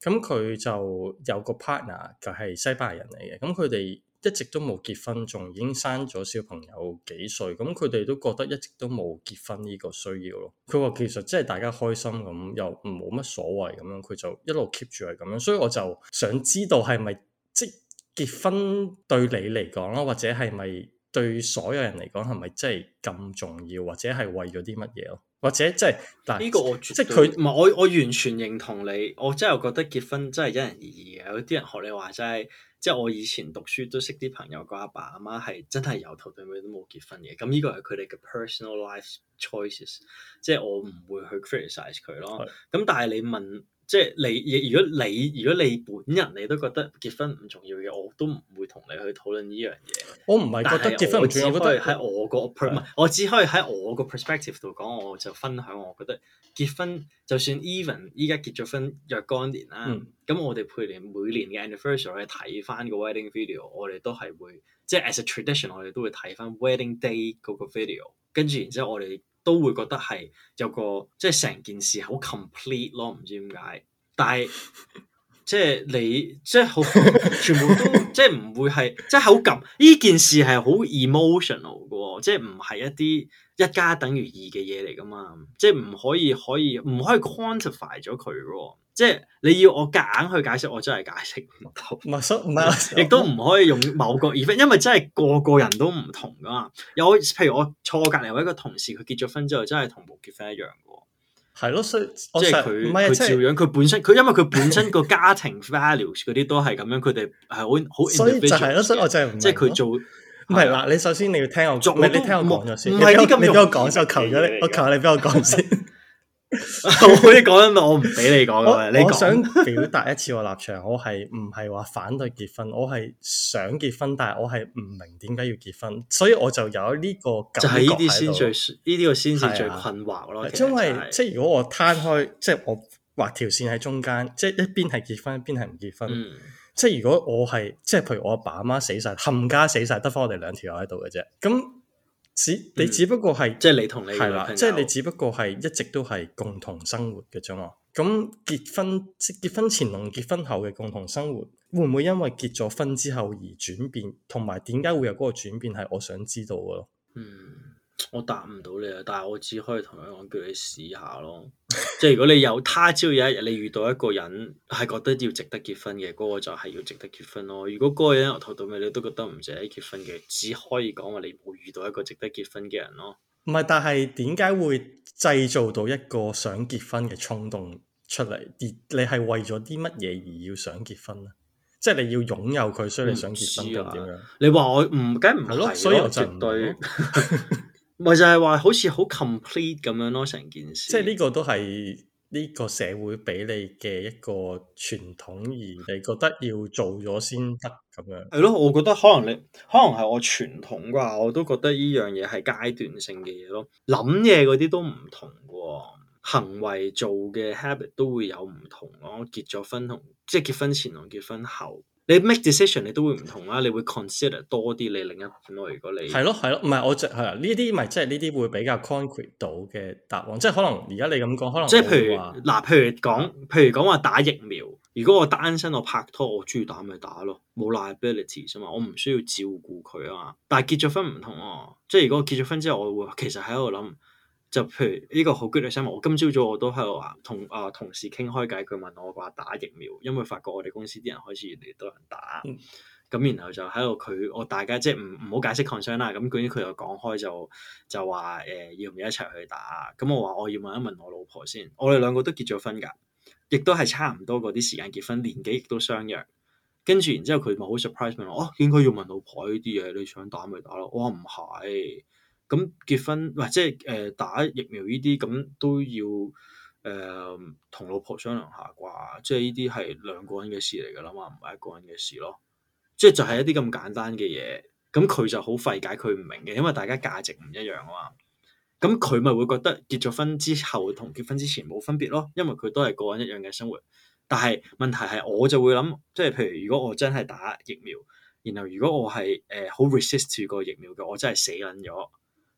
S1: 咁佢就有個 partner 就係西班牙人嚟嘅，咁佢哋一直都冇結婚，仲已經生咗小朋友幾歲，咁佢哋都覺得一直都冇結婚呢個需要咯。佢話其實即係大家開心咁，又冇乜所謂咁樣，佢就一路 keep 住係咁樣，所以我就想知道係咪即結婚對你嚟講啦，或者係咪對所有人嚟講係咪真係咁重要，或者係為咗啲乜嘢咯？或者即係嗱，
S2: 呢個我絕
S1: 即係
S2: 對
S1: 佢
S2: 唔係我我完全認同你，我真係覺得結婚真係因人而異嘅。有啲人學你話齋，即係我以前讀書都識啲朋友個阿爸阿媽係真係由頭到尾都冇結婚嘅。咁呢個係佢哋嘅 personal life choices，即係我唔會去 criticise 佢咯。咁但係你問，即係你如果你如果你本人你都覺得結婚唔重要嘅，我都唔會同你去討論呢樣嘢。
S1: 我唔係
S2: 但
S1: 覺得結婚唔重要，我覺
S2: 係我只可以
S1: 得
S2: 喺我個 per- 唔係，我只可以喺我個 perspective 度講，我就分享我覺得結婚就算 even 依家結咗婚若干年啦，
S1: 嗯
S2: 咁、我哋每年每年嘅 anniversary 我哋睇翻個 wedding video，我哋都係會即係 as a tradition，我哋都會睇翻 wedding day 嗰個 video，跟住然之後我哋都會覺得係有個即係成件事好 complete 咯，唔知點解，但係。即係你，即係好，全部都即係唔會係，即係好撳呢件事係好 emotional 嘅喎，即係唔係一啲一加等於二嘅嘢嚟噶嘛，即係唔可以可以唔可以 quantify 咗佢嘅喎，即係你要我夾硬去解釋，我真係解釋唔到。
S1: 唔係所唔係
S2: 亦都唔可以用某個 event，因為真係個個人都唔同噶嘛。有我譬如我坐我隔離有一個同事，佢結咗婚之後真係同冇結婚一樣嘅喎。
S1: 係咯，所以我
S2: 即係
S1: 實
S2: 佢
S1: 唔係啊
S2: 佢
S1: 即
S2: 照
S1: 係
S2: 樣，佢本身佢因為佢本 身個家庭 values 嗰啲都係咁樣，佢哋係好好 individual
S1: 所以就係咯，所以我
S2: 嘅
S1: 就係唔
S2: 即係
S1: 明
S2: 佢
S1: 咯
S2: 做
S1: 唔係嗱，你首先你要聽我
S2: 做
S1: 講，你
S2: 我都
S1: 你聽我講咗先，
S2: 唔
S1: 你
S2: 係
S1: 俾我
S2: 啲咁
S1: 你俾
S2: 容
S1: 我
S2: 易
S1: 講就求咗
S2: 嘅
S1: 你，
S2: 嘢
S1: 我求你俾我講先。
S2: 我啲講緊我唔俾你講
S1: 我
S2: 噶啊嘛，你
S1: 我想
S2: 講
S1: 表達一次我立場，我係唔係話反對結婚，我係想結婚，但係我係唔明點解要結婚，所以我就有呢個
S2: 就
S1: 感
S2: 係
S1: 覺
S2: 呢啲先
S1: 喺
S2: 最
S1: 度。
S2: 呢啲個先至最
S1: 係啊
S2: 困惑咯。其實
S1: 因為
S2: 就係
S1: 即係如果我攤開，即係我畫條線喺中間，即係一邊係結婚，一邊係唔結婚。
S2: 嗯
S1: 即係如果我係即係譬如我阿爸阿媽死晒，冚家死晒，得翻我哋兩條友喺度嘅啫。咁只你
S2: 嗯
S1: 只不過係
S2: 即係你同
S1: 係
S2: 你女朋
S1: 啦，
S2: 友
S1: 即係你只不過係一直都係共同生活嘅啫嘛。咁結婚即結婚前同結婚後嘅共同生活，會唔會因為結咗婚之後而轉變？同埋點解會有嗰個轉變？係我想知道嘅咯。
S2: 嗯，我答唔到你啊，但係我只可以同你講，叫你試下咯。 即係如果你有他朝有一日你遇到一個人係覺得要值得結婚嘅，嗰、個就係要值得結婚咯。如果嗰個人由頭到尾你都覺得唔值得結婚嘅，只可以講話你冇遇到一個值得結婚嘅人咯。
S1: 唔係，但係點解會製造到一個想結婚嘅衝動出嚟？而你係為咗啲乜嘢而要想結婚呢？即係你要擁有佢，所以你想結婚定
S2: 我唔知
S1: 點
S2: 啊
S1: 樣？
S2: 你話我唔，梗唔
S1: 係咯
S2: 係咯，
S1: 所以我就唔
S2: 絕對
S1: 明，
S2: 咪就係話好似好 complete 咁樣咯，成件事。
S1: 即係呢個都係呢個社會俾你嘅一個傳統，而你覺得要做咗先得咁樣。
S2: 係咯，我覺得可能你可能係我傳統啩，我都覺得呢樣嘢係階段性嘅嘢咯。諗嘢嗰啲都唔同嘅，行為做嘅 habit 都會有唔同咯。結咗婚同即係結婚前同結婚後，你 make decision 你都會唔同啦，你會 consider 多啲你另一半咯。如果你
S1: 係咯係咯，唔係我就係啊呢啲咪即係呢啲會比較 concrete 到嘅答案，即係可能而家你咁講，可能
S2: 即係譬如
S1: 我會話
S2: 嗱，譬如講，譬如講話打疫苗，如果我單身，我拍拖，我中意打咪打咯，冇 liability 啫嘛，我唔需要照顧佢啊嘛。但係結咗婚唔同啊，即係如果結咗婚之後，我會其實喺度諗，就譬如呢個好 good 嘅新聞，我今朝早我都喺度話同啊同事傾開偈，佢問我話打疫苗，因為發覺我哋公司啲人開始越嚟越多人打。
S1: 嗯
S2: 咁然後就喺度佢我大家即係唔唔好解釋 concern 啦，咁總之佢就講開就就話誒、呃要唔要一齊去打？啊咁我話我要問一問我老婆先，我哋兩個都結咗婚㗎，亦都係差唔多嗰啲時間結婚，年紀亦都相若。跟住然之後佢咪好 surprise 問我，哦應該要問老婆呢啲嘢，你想打啊咪打咯？我話唔係，咁結婚或即係誒、呃打疫苗呢啲咁都要。誒同、老婆商量下啩，即係呢啲係兩個人嘅事嚟㗎啦嘛，唔係一個人嘅事咯。即係就係一啲咁簡單嘅嘢，咁佢就好費解，佢唔明嘅，因為大家價值唔一樣啊嘛。咁佢咪會覺得結咗婚之後同結婚之前冇分別咯，因為佢都係過緊一樣嘅生活。但係問題係，我就會諗，即係譬如如果我真係打疫苗，然後如果我係誒好 resist 住個疫苗嘅，我真係死撚咗。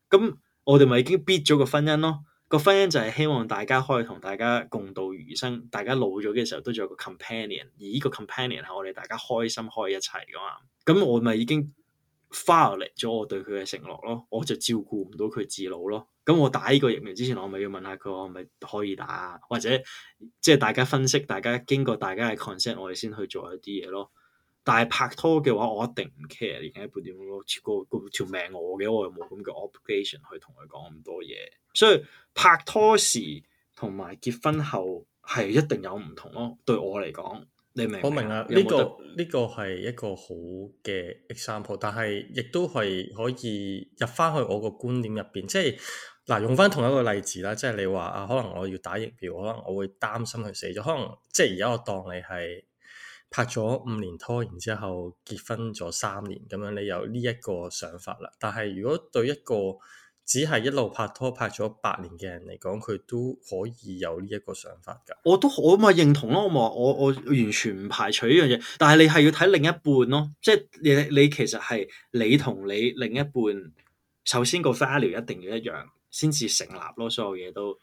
S2: 咁我哋咪已經 bit 咗個婚姻咯。個婚姻就係希望大家可以同大家共度餘生，大家老咗嘅時候都仲有個 companion，而呢個 companion 係我哋大家開心可以一齊噶嘛。咁我咪已經 violate 咗我對佢嘅承諾咯，我就照顧唔到佢至老咯。咁我打呢個疫苗之前，我咪要問下佢，我係咪可以打啊，或者即係大家分析，大家經過大家嘅 consent，我哋先去做一啲嘢咯。但係拍拖嘅話，我一定唔 care 而家一半點咯，個個條命我嘅，我又冇咁嘅 obligation 去同佢講咁多嘢，所以拍拖時同埋結婚後係一定有唔同咯。對我嚟講，你明唔啊
S1: 我明啊啦，
S2: 有
S1: 呢
S2: 冇得
S1: 個呢個係一個好嘅 example，但係亦都係可以入翻去我個觀點入邊，即係嗱用翻同一個例子啦，即係你話啊，可能我要打疫苗，可能我會擔心佢死咗，可能即係而家我當你係拍咗五年拖，然之後結婚咗三年咁樣，你有呢一個想法啦。但係如果對一個只係一路拍拖拍咗八年嘅人嚟講，佢都可以有呢一個想法㗎。
S2: 我都我咪認同咯，我咪話我我完全唔排除呢樣嘢，但係你係要睇另一半咯，即係你你其實係你同你另一半，首先個 value 一定要一樣先至成立咯，所有嘢都。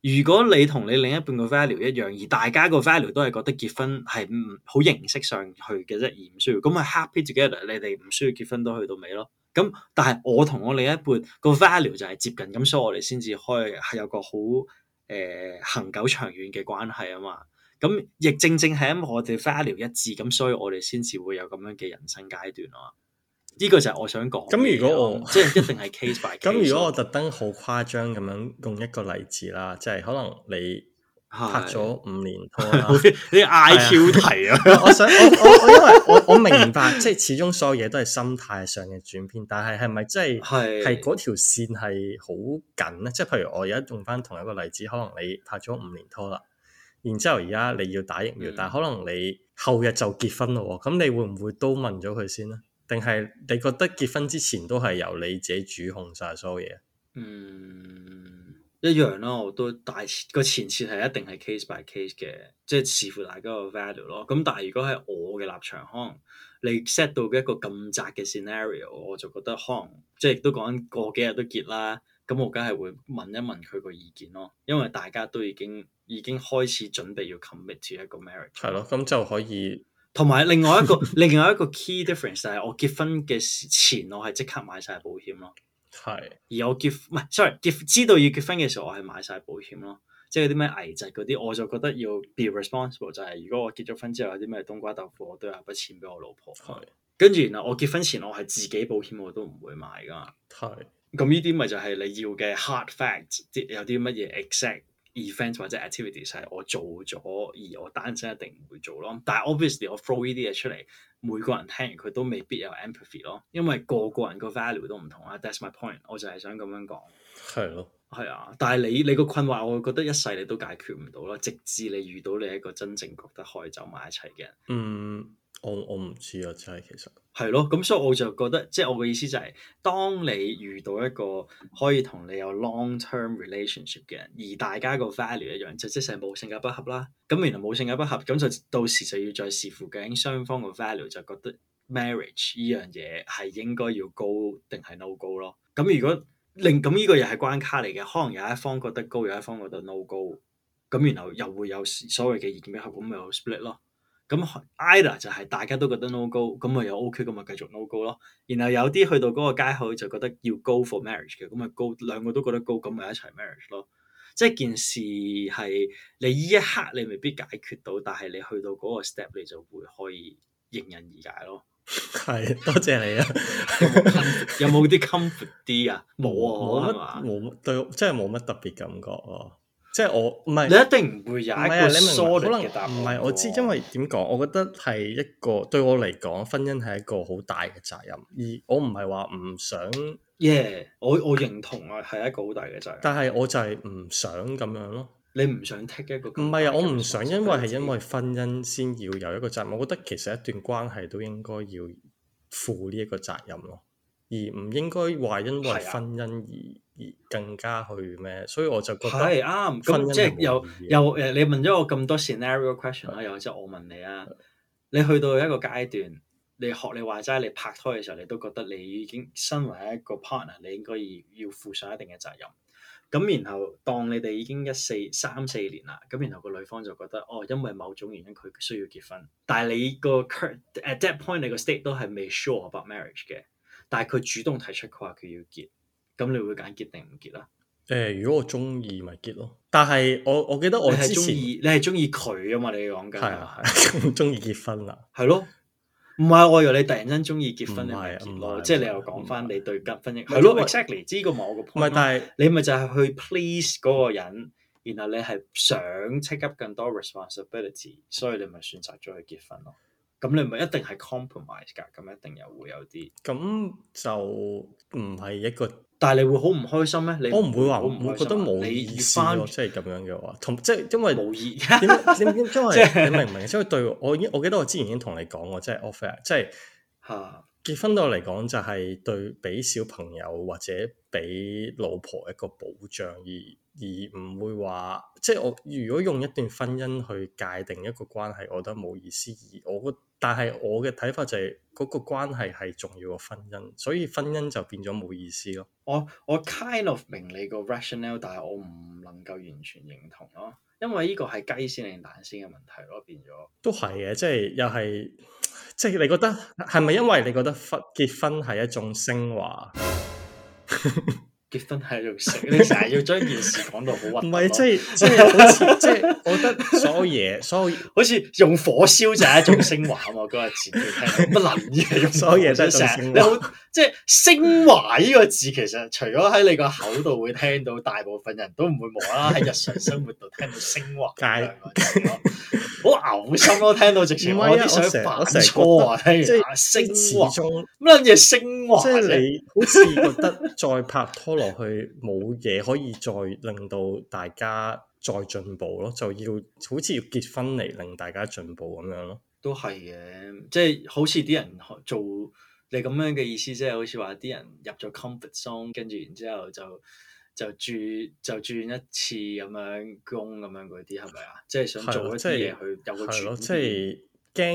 S2: 如果你同你另一半個 value 一樣，而大家個 value 都係覺得結婚係唔好形式上去嘅啫，而唔需要咁咪 happy together，你哋唔需要結婚都去到尾咯。咁但係我同我另一半個 value 就係接近，咁所以我哋先至可以係有個好誒、呃恒久長遠嘅關係啊嘛。咁亦正正係因為我哋 value 一致，咁所以我哋先至會有咁樣嘅人生階段啊嘛。呢、個就係我想講嘅嘢咯。
S1: 咁
S2: 啊
S1: 如果我
S2: 即係一定係 case by case 咯。
S1: 咁如果我特登好誇張咁樣用一個例子啦，即係可能你拍
S2: 係
S1: 咗五年拖
S2: 好
S1: 啦。
S2: 似啲 I Q 題啊。
S1: 我想我我我因為我我明白，即係始終所有嘢都係心態上嘅轉變，但係係咪真係
S2: 係
S1: 係嗰條線係好緊咧？即係譬如我而家用翻同一個例子，可能你拍咗五年拖啦，然之後而家你要打疫苗，
S2: 嗯
S1: 但係可能你後日就結婚咯喎，咁你會唔會都問咗佢先咧？定係你覺得結婚之前都係由你自己主控晒所有嘢？
S2: 嗯，一樣啦，我都大個前設係一定係 case by case 嘅，即係視乎大家個 value 咯。咁但係如果係我嘅立場，可能你 set 到一個咁窄嘅 scenario，我就覺得可能即係都講緊過幾日都結啦。咁我梗係會問一問佢個意見咯，因為大家都已經已經開始準備要 commit to 一個 marriage。
S1: 係咯，咁就可以
S2: 同埋另外一個 另外一個 key difference 就係我結婚嘅前，我係即刻買晒保險咯。
S1: 係
S2: 而我結唔係，sorry，結知道要結婚嘅時候，我係買晒保險咯，即係嗰啲咩危疾嗰啲，我就覺得要 be responsible，就係如果我結咗婚之後有啲咩冬瓜豆腐，我都有筆錢俾我老婆。
S1: 係
S2: 跟住然後我結婚前，我係自己保險我都唔會買噶嘛。
S1: 係
S2: 咁呢啲咪就係你要嘅 hard fact，即有啲乜嘢 exact event 或者 activities 係我做咗，而我單身一定唔會做咯。但係 obviously 我 throw 呢啲嘢出嚟，每個人聽完佢都未必有 empathy 咯，因為個個人個 value 都唔同啦。That's my point，我就係想咁樣講。
S1: 係咯。
S2: 係啊，但係你你個困惑，我會覺得一世你都解決唔到啦，直至你遇到你一個真正覺得可以走埋一齊嘅人。
S1: 嗯，我我唔知啊，真係其實
S2: 係咯，咁所以我就覺得，即係我嘅意思就係、當你遇到一個可以同你有 long-term relationship 嘅人，而大家個 value 一樣，就即係冇性格不合啦。咁原來冇性格不合，咁就到時就要再視乎究竟雙方個 value 就覺得 marriage 呢樣嘢係應該要高定係 no 高咯。咁如果令咁呢個又係關卡嚟嘅，可能有一方覺得高，有一方覺得 no 高，咁然後又會有所謂嘅意見不合，咁咪有 split 咯。咁 either 就係大家都覺得 no go，咁咪又 OK，咁咪繼續 no go 咯。然後有啲去到嗰個街口就覺得要 go for marriage 嘅，咁咪 go 兩個都覺得 go，咁咪一齊 marriage 咯。即係件事係你依一刻你未必解決到，但係你去到嗰個 step 你就會可以迎刃而解咯。
S1: 係多謝你啊！
S2: 有冇啲 comfort 啲啊？ 冇
S1: 冇
S2: 啊，係
S1: 乜
S2: 嘛？
S1: 冇乜對，真係冇乜特別感覺咯。即係我唔係
S2: 你一定唔會有
S1: 啊唔
S2: 一
S1: 係啊，
S2: 個
S1: 你明唔
S2: solid
S1: 明
S2: 嘅答
S1: 可能
S2: 案喎。
S1: 唔係我知，因為點講？我覺得係一個對我嚟講，婚姻係一個好大嘅責任，而我唔係話唔想，
S2: 耶，我我認同啊，係一個好大嘅責任。
S1: 但係我就係唔想咁樣咯。
S2: 你唔想 take 一個
S1: 唔
S2: 咁
S1: 係啊，
S2: 大嘅
S1: 我唔想，因為係因
S2: responsibility
S1: 為婚姻先要有一個責任。我覺得其實一段關係都應該要負呢一個責任咯，而唔應該話因為
S2: 係啊
S1: 婚姻而而更加去咩，所以我就覺得
S2: 係啱，
S1: 婚
S2: 咁
S1: 姻
S2: 即
S1: 係
S2: 係
S1: 冇
S2: 又
S1: 意義嘅
S2: 又誒，你問咗我咁多 scenario question 啦，又即係我問你啊，你去到一個階段，你學你話齋，你拍拖嘅時候，你都覺得你已經身為一個 partner，你應該要要負上一定嘅責任。咁然後當你哋已經一四三四年啦，咁然後個女方就覺得哦，因為某種原因佢需要結婚，但係你個 cur- at that point 你個 state 都係未 sure about marriage 嘅，但係佢主動提出佢話佢要結，咁你會揀結定唔結啊啦？
S1: 誒、呃如果我中意咪結咯，但係我我記得我
S2: 你
S1: 之
S2: 係中
S1: 前
S2: 意，你係中意佢啊嘛？你講緊
S1: 係啊，唔中意結婚啦，
S2: 係咯，唔係我以為你突然間中意結婚，
S1: 唔
S2: 你
S1: 係
S2: 咪結
S1: 唔
S2: 咯，
S1: 係
S2: 即係
S1: 唔
S2: 你
S1: 係
S2: 又講翻你對結婚姻
S1: 唔係
S2: 係咯
S1: 因為
S2: ，exactly，呢個咪我個 point
S1: 唔係
S2: 咯
S1: 但係
S2: 你咪就係去 please 嗰個人，然後你係想 take up 更多 responsibility，所以你咪選擇咗去結婚咯。咁你咪一定係 compromise 㗎，咁一定又會有啲，
S1: 咁就唔係一個，
S2: 但係你會好唔開心咩？你
S1: 我唔會話
S2: 好唔
S1: 我
S2: 開
S1: 覺
S2: 心
S1: 得
S2: 啊
S1: 冇
S2: 你
S1: 意
S2: 要
S1: 思
S2: 翻
S1: 咯，即係咁樣嘅話，同即係因為
S2: 冇意，
S1: 點點點因
S2: 即係
S1: 為你明唔明？因為對我已經我記得我之前已經同你講過，即係 offer，即係
S2: 嚇
S1: 結婚對我嚟講就係對俾小朋友或者俾老婆一個保障，而而唔會話即係我如果用一段婚姻去界定一個關係，我覺得冇意思。而我覺但係我嘅睇法就係嗰個關係係重要過婚姻，所以婚姻就變咗冇意思咯。
S2: 我我 kind of 明你個 rationale，但係我唔能夠完全認同咯，因為呢個係雞先定蛋先嘅問題咯，變咗
S1: 都係嘅，即係又係，即係你覺得係咪因為你覺得婚結婚係一種升華？
S2: 結婚係一種食，你成日要將件事講到好核
S1: 唔
S2: 突咯，
S1: 係，即 係即係好似即係，我覺得所有嘢，所有
S2: 好似用火燒就係一種升華啊嘛！嗰日字叫聽到乜撚嘢用火 燒，
S1: 所有嘢都係一種
S2: 成日
S1: 升華
S2: 你好即係升華呢個字，其實除咗喺你個口度會聽到，大部分人都唔會無啦啦喺日常生活度聽到升 華
S1: 界
S2: 呢兩個字咯，好嘔心咯！聽到直情
S1: 唔係
S2: 我
S1: 啊
S2: 有啲想反錯啊！聽
S1: 即
S2: 完啊
S1: 係
S2: 升
S1: 始
S2: 華
S1: 終，
S2: 乜撚嘢升華
S1: 即係
S2: 啫？
S1: 你好似覺得再拍拖落去冇嘢可以再令到大家再進步咯，就要好似要結婚嚟令大家進步咁樣咯。
S2: 都係嘅，即係好似啲人學做你咁樣嘅意思，即係好似話啲人入咗 comfort zone，跟住然之後就就轉就轉一次咁樣工咁樣嗰啲係咪啊？即係想
S1: 係
S2: 做
S1: 咯，
S2: 一
S1: 即
S2: 啲嘢
S1: 係
S2: 去有個
S1: 係咯，
S2: 轉
S1: 即
S2: 變。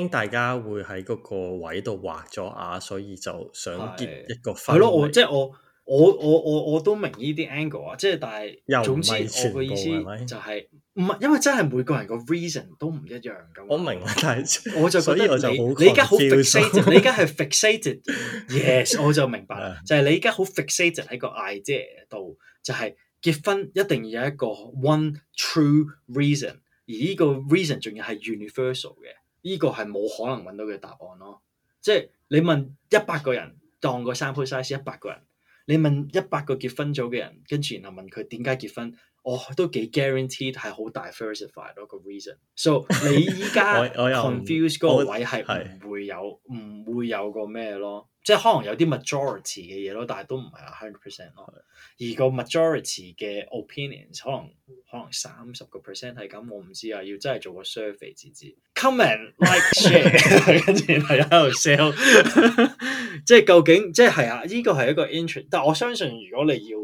S1: 係驚大家會喺嗰個位度畫咗牙，所以就想結
S2: 係
S1: 一個
S2: 係
S1: 婚
S2: 咯，我
S1: 嚟
S2: 即係我我我我我都明呢啲 angle 啊，即係但係
S1: 又唔
S2: 總之
S1: 係全
S2: 我
S1: 部
S2: 嘅意思
S1: 係咪
S2: 就係唔係因為真係每個人個 reason 都唔一樣㗎嘛。
S1: 我明啊，但係
S2: 我就覺
S1: 所以
S2: 得
S1: 我就好
S2: 你你而家好
S1: confused
S2: fixated，你而家係 fixated，yes，我就明白啦，
S1: 係
S2: 就係你而家好 fixated 喺個 idea 度，就係結婚一定要有一個 one true reason，而呢個 reason 仲要係 universal 嘅，呢個係冇可能揾到嘅答案咯。即係你問一百個人，當個 sample size 一百個人，你問一百個結婚組嘅人，跟住然後問佢點解結婚，我、都幾 guaranteed 係好 diversified 咯個 reason。So 你依家
S1: 我我又唔
S2: confuse 嗰個
S1: 我
S2: 位係
S1: 係
S2: 唔會有唔會有個咩咯？即係可能有啲 majority 嘅嘢咯，但係都唔係 hundred percent 咯。而個 majority 嘅 opinions 可能可能三十個 percent 係咁，我唔知啊，要真係做個 survey 至知。Comment like share，跟住係喺度 sell，即係 究竟即係係啊？呢個係一個 interest，但我相信如果你要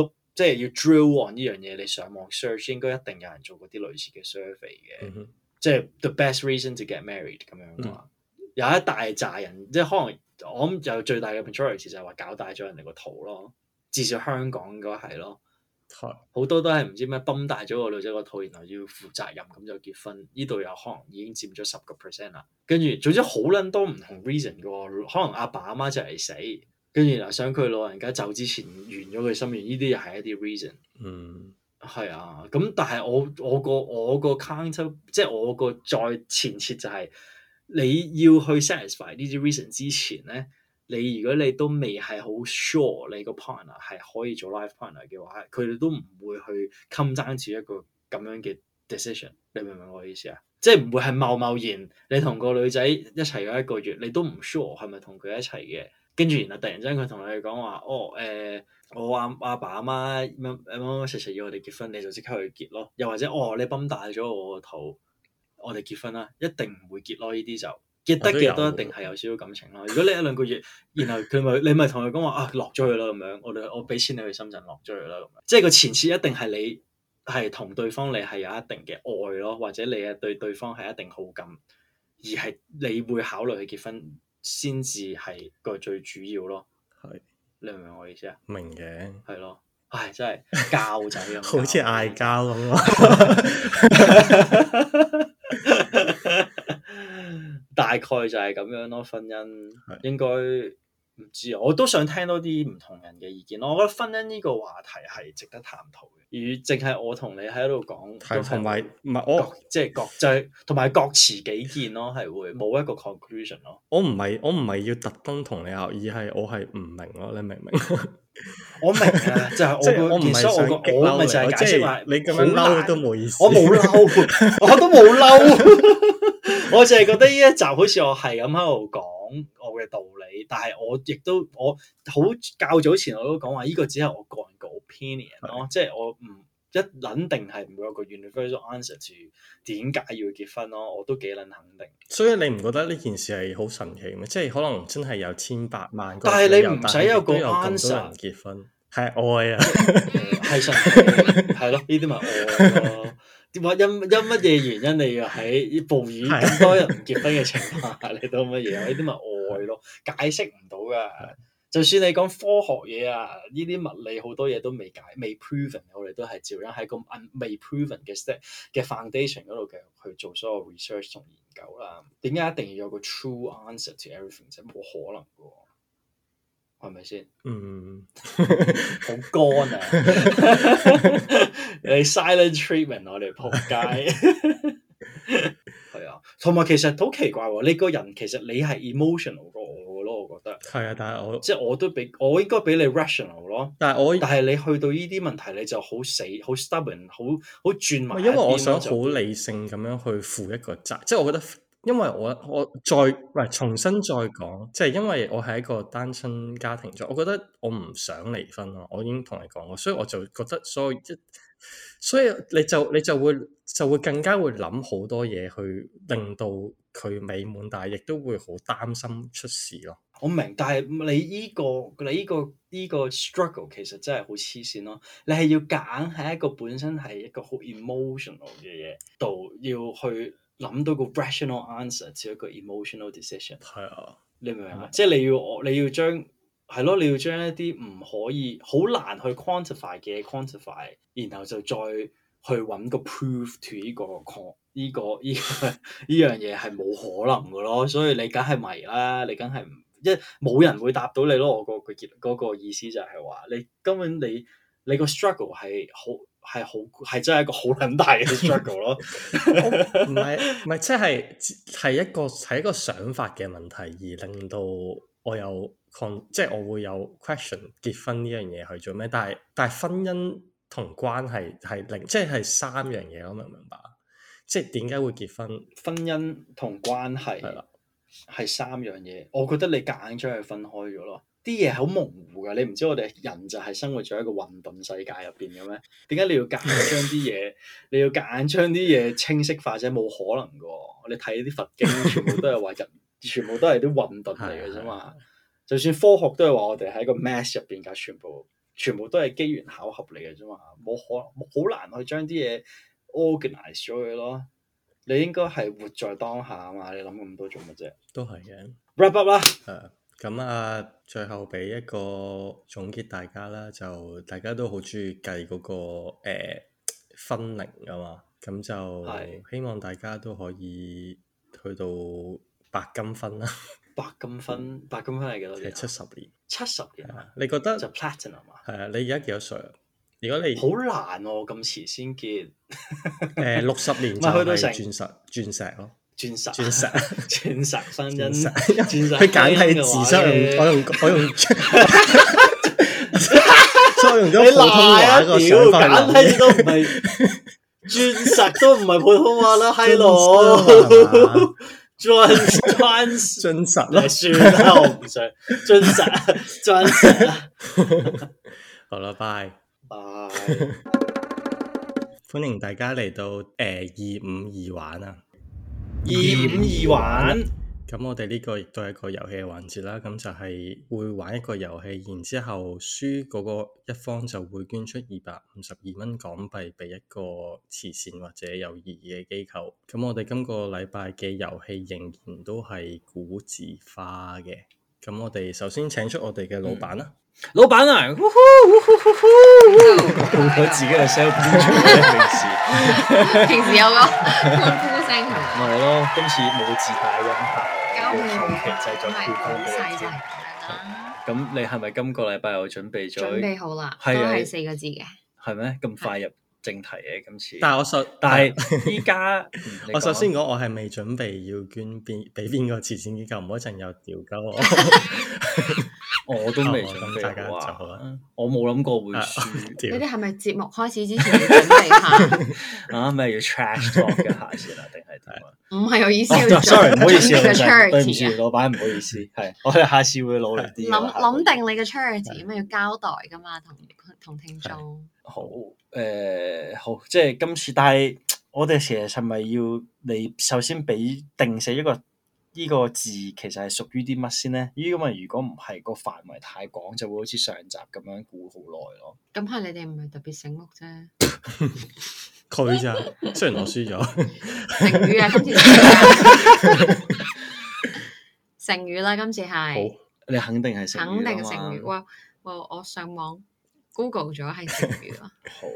S2: look 即係要 drill on 呢樣嘢，你上網 search 應該一定有人做過啲類似嘅 survey 嘅。
S1: 嗯哼
S2: 即係 the best reason to get married 咁樣啩。有一大扎人，即係可能我諗有最大嘅 majority 就係話搞大咗人哋個肚咯，至少香港應該係咯。
S1: 係
S2: 好多都係唔知咩泵大咗個女仔個肚，然後要負責任咁就結婚。呢度又可能已經佔咗十個 percent 啦。跟住總之好撚多唔同 reason 嘅喎，可能阿爸阿媽就嚟死，跟住嗱想佢老人家走之前完咗佢心願，呢啲又係一啲 reason。
S1: 嗯
S2: 係啊，咁但係我我個我個 counter 即係我個再前設就係、你要去 satisfy 呢啲 reason 之前咧，你如果你都未係好 sure 你個 partner 係可以做 life partner 嘅話，佢哋都唔會去襟爭住一個咁樣嘅 decision。你明唔明我意思啊？即係唔會係貿貿然，你同個女仔一齊咗一個月，你都唔 sure 係咪同佢一齊嘅，跟住然後突然之間佢同你講話，哦誒。呃我阿阿爸阿媽乜乜乜乜實實要我哋結婚，你就即刻去結咯。又或者哦，你泵大咗我個肚，我哋結婚啦，一定唔會結咯。呢啲就結得
S1: 都有
S2: 嘅都一定係有少少感情咯。如果你一兩個月，然後佢咪你咪同佢講話啊落咗去啦咁樣，我哋我俾錢你去深圳落咗去啦咁樣。即係個前設一定係你係同對方你係有一定嘅愛咯，或者你係對對方係一定好感，而係你會考慮去結婚先至係個最主要咯。
S1: 係
S2: 你明唔明我意思啊？
S1: 明嘅，
S2: 係咯，唉，真係教仔咁，
S1: 好似嗌
S2: 交，
S1: 交咁 咯。
S2: 大概就係咁樣咯。婚姻
S1: 係
S2: 應該唔知啊，我都想聽多啲唔同人嘅意見咯。我覺得婚姻呢個話題係值得探討嘅，而淨係我同你喺度講，都
S1: 係
S2: 係
S1: 同埋唔係
S2: 各
S1: 我
S2: 即係各就係同埋各持己見咯，係會冇一個 conclusion 咯。
S1: 我唔係我唔係要特登同你拗，而係我係唔明咯，你明唔明？
S2: 我 明啊，就係
S1: 即係
S2: 我
S1: 我
S2: 個
S1: 唔
S2: 件
S1: 係
S2: 所以
S1: 想
S2: 我
S1: 激
S2: 個我
S1: 嬲
S2: 咪
S1: 你，
S2: 就係
S1: 即
S2: 解釋話
S1: 係你咁樣嬲都
S2: 好難
S1: 冇意思。
S2: 我冇嬲， 我都冇嬲， 我就係覺得呢一集好似我係咁喺度講我嘅道理，但係我亦都我好較早前我都講話呢個只係我個人嘅 opinion 咯，即係我唔一撚定係唔會有個 universal answer to 點解要結婚咯，我都幾撚肯定。
S1: 所以你唔覺得呢件事係好神奇咩？即係可能真係有千百萬個
S2: 但係
S1: 理由，
S2: 你唔
S1: 但
S2: 使
S1: 係亦
S2: 有個
S1: 都有咁多人
S2: answer
S1: 結婚，係愛啊，
S2: 係神奇，係咯，呢啲咪我咯。點話因因乜嘢原因你要喺暴雨
S1: 係
S2: 咁多人唔結婚嘅情況下，你到乜嘢？呢啲咪愛咯，解釋唔到噶。就算你講科學嘢啊，呢啲物理好多嘢都未解、未 proven，我哋都係照樣喺個 un- 未 proven 嘅 step 嘅 foundation 嗰度嘅去做所有 research 同研究啦。點解一定要有個 true answer to everything 啫？冇可能噶喎，係咪先？
S1: 嗯，
S2: 好乾啊！ 你 silent treatment 我哋仆街， 係啊，同埋其實好奇怪喎，你個人其實你係 emotional 過我嘅咯，我覺得，
S1: 係啊，但係我
S2: 即係我都比我應該比你 rational 咯，
S1: 但係我
S2: 但係你去到呢啲問題你就好死、好 stubborn、好好轉
S1: 唔係
S2: 埋一邊
S1: 因為
S2: 咯，
S1: 我想
S2: 就
S1: 好理性咁樣去負一個責，即係我覺得，因為我我再唔係重新再講，即係因為我係一個單親家庭咗，我覺得我唔想離婚咯，我已經同你講過，所以我就覺得所有一，所以你就你就會就會更加會諗好多嘢去令到佢美滿，但係亦都會好擔心出事咯。
S2: 我明，但係你依、個你依、個依、個 struggle 其實真係好黐線咯。你係要夾硬喺一個本身係一個好 emotional 嘅嘢度，要去諗到個 rational answer to 一個 emotional decision。
S1: 係啊，
S2: 你明唔明啊？即係你要我你要將係咯，你要將一啲唔可以好難去 quantify 嘅嘢 quantify，然後就再去揾個 proof to 呢個 con 呢個呢個 呢樣嘢係冇可能嘅咯，所以你梗係迷啦，你梗係唔一冇人會答到你咯。我個個結嗰個意思就係話，你根本你你個 struggle 係好係好係真係一個好撚大 嘅 struggle 咯。
S1: 唔係唔係，即係係一個係一個想法嘅問題，而令到我有 con，即係我會有 question 結婚呢樣嘢去做咩？但係但係婚姻同關係係另即係三樣嘢咯，明唔明白？即係點解會結婚？
S2: 婚姻同關係
S1: 係啦
S2: 係三樣嘢，我覺得你夾硬將佢分開咗咯。啲嘢係好模糊㗎，你唔知我哋人就係生活咗一個混沌世界入邊嘅咩？點解你要夾硬將啲嘢，你要夾硬將啲嘢清晰化啫？冇可能㗎喎！你睇啲佛經，全部都係話人，全部都係啲混沌嚟嘅啫嘛。就算科學都係話我哋喺個 mass 入邊㗎，全部全部都係機緣巧合嚟嘅啫嘛，冇可能好難去將啲嘢 organize 咗佢咯。你應該係活在當下啊嘛，你諗咁多做乜啫
S1: 都係嘅，
S2: ？wrap up 啦，
S1: 誒呃咁啊，最後俾一個總結大家啦，就大家都好中意計嗰個、呃、分齡啊嘛，咁就
S2: 係
S1: 希望大家都可以去到白金分啦，
S2: 白金分，白金分係幾多
S1: 係
S2: 年啊？
S1: 七十年。
S2: 七十年啊，
S1: 你覺得
S2: 就 platinum 啊，
S1: 係啊？你而家幾多歲啊？如果你
S2: 好難喎、咁遲先結
S1: 誒呃六十年
S2: 唔係
S1: 就
S2: 去到
S1: 係
S2: 成
S1: 鑽石鑽石咯，
S2: 鑽石，啊
S1: 鑽石
S2: 鑽石婚姻
S1: 鑽，石，
S2: 鑽石
S1: 佢簡體
S2: 婚姻嘅話
S1: 字，所以我
S2: 咧
S1: 用我用我用， 所以我用咗普通話個想法嚟諗
S2: 你賴啊！屌，簡體字都唔 係鑽石都唔係普通話 啦，閪佬
S1: 咯，
S2: 鑽鑽石。
S1: 真實咯
S2: 誒。算啦，我唔想鑽石，啊鑽石 啊！
S1: 好啦，拜！
S2: 唉。
S1: 歡迎大家嚟到誒二五二玩啊！
S2: 二五二玩，
S1: 咁我哋呢個亦都係一個遊戲嘅環節啦，咁就係會玩一個遊戲，然之後輸嗰個一方就會捐出二百五十二蚊港幣俾一個慈善或者有意義嘅機構。咁我哋今個禮拜嘅遊戲仍然都係古字花嘅。咁我哋首先請出我哋嘅老闆啦，
S2: 老闆啊，呼呼呼呼呼呼，自己嘅 self 平時
S3: 平時有個歡呼聲係咪？
S2: 咪 係咯，今次冇自帶音效，
S3: 搞唔
S2: 要後期製作
S3: 係
S2: 配
S3: 好
S2: 方俾
S3: 細
S2: 你
S3: 就嗯係
S2: 添。
S3: 咁樣啦，
S2: 咁你係咪今個禮拜又準備
S3: 準
S2: 咗？
S3: 備好啦，都
S2: 係啊
S3: 係四個字嘅。
S2: 係咩？咁快入正題嘅今次？
S1: 但係我首
S2: 嗯但係啊依家嗯
S1: 我首先講，我係未準備要捐邊俾邊個慈善機構，唔好一陣又屌鳩我。
S2: 我都未
S1: 哦
S2: 準
S1: 咁大家
S2: 備
S1: 就
S2: 好
S1: 好
S2: 啊
S1: 啦，
S2: 我冇諗過會
S1: 啊
S2: 輸。
S3: 你
S1: 屌
S3: 哋係咪節目開始之前要準備下？
S2: 啊，咪要 trash talk 一下先啊，定係 點啊？
S3: 唔係我意思
S2: 哦
S3: 要
S2: ，sorry，唔好意思，
S3: 準
S2: 老
S3: 備個
S2: 細，對唔
S3: charity
S2: 住，老闆，唔好意思，係，我哋下次會努力啲嘅。
S3: 啊，
S2: 下
S3: 諗
S2: 個
S3: 諗定你嘅 charity 咁啊要交代噶嘛，同同聽眾。
S2: 好，誒，好，即係今次，但係我哋其實係咪要你首先俾定死一個呢個字，其實係屬於啲乜先咧？因為如果唔係個範圍太廣，就會好似上集咁樣估好耐咯。
S3: 咁係你哋唔係特別醒目啫，
S1: 佢咋？雖然我輸咗，
S3: 成語啊，今次成語啊成語啦，今次係
S1: 好
S2: 你肯定係成語
S3: 肯定
S2: 啊
S3: 成
S2: 嘛
S3: 語。哇哇！我上網 Google 咗係成語啊。
S2: 好，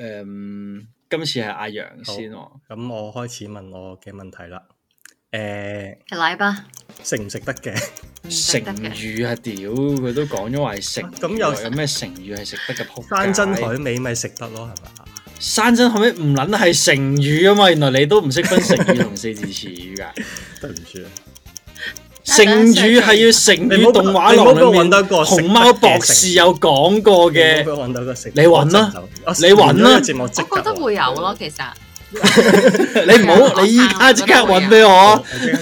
S2: 誒，今次係阿楊先喎。
S1: 咁我開始問我嘅問題啦。誒、
S3: 係奶吧，
S1: 食唔食得嘅？
S3: 唔食
S2: 成
S3: 嗯得嘅。
S2: 語啊屌，佢都講咗話係成語，
S1: 咁又
S2: 有咩成語係食得嘅仆街？
S1: 山珍海味咪食得咯，係嘛？
S2: 山珍海味唔撚係成語啊嘛，原來你都唔識分成語同四字詞語㗎。
S1: 對唔住，
S2: 成語係要成
S1: 你唔
S2: 語
S1: 好
S2: 動畫廊裏
S1: 你唔好搵
S2: 面
S1: 到一個，食得嘅
S2: 熊貓博士有講過
S1: 嘅
S2: 嘅，
S1: 揾到個食，
S2: 你搵啦
S1: 我
S2: 你搵啦
S1: 完咗呢個節目即刻
S3: 我覺得會有咯，
S1: 搵，
S3: 其實
S2: 你唔好你依家即刻揾俾
S1: 我
S2: 我。
S1: 我即刻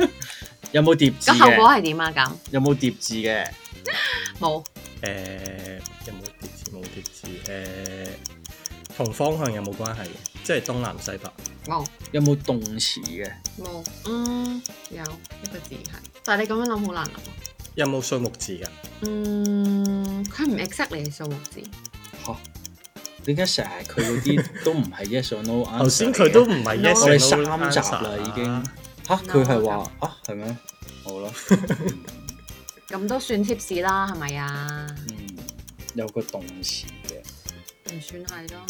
S1: 搵
S2: 有冇疊字
S3: 咁後果
S2: 嘅？
S3: 係點啊？咁
S2: 有冇疊字嘅？
S3: 冇
S1: 誒有冇碟字冇碟字誒，同、方向有冇關係嘅？即係東南西北。
S3: 冇
S2: 有冇動詞嘅？
S3: 冇，嗯，有一個字係，但係你咁樣諗好難諗。
S1: 有冇數目字㗎？
S3: 嗯，佢唔 exact 你係數目字，
S2: 點解成日佢 嗰啲都唔係 yes or no？
S1: 頭先佢都唔係 yes
S2: 我哋
S1: and no
S2: 三集
S1: answer
S2: 啦
S1: 啊
S2: 已經嚇，佢係話啊係咩？好啦。
S3: 咁都算 tips 啦，係咪啊？
S2: 嗯，有個動詞嘅，
S3: 唔算係咯，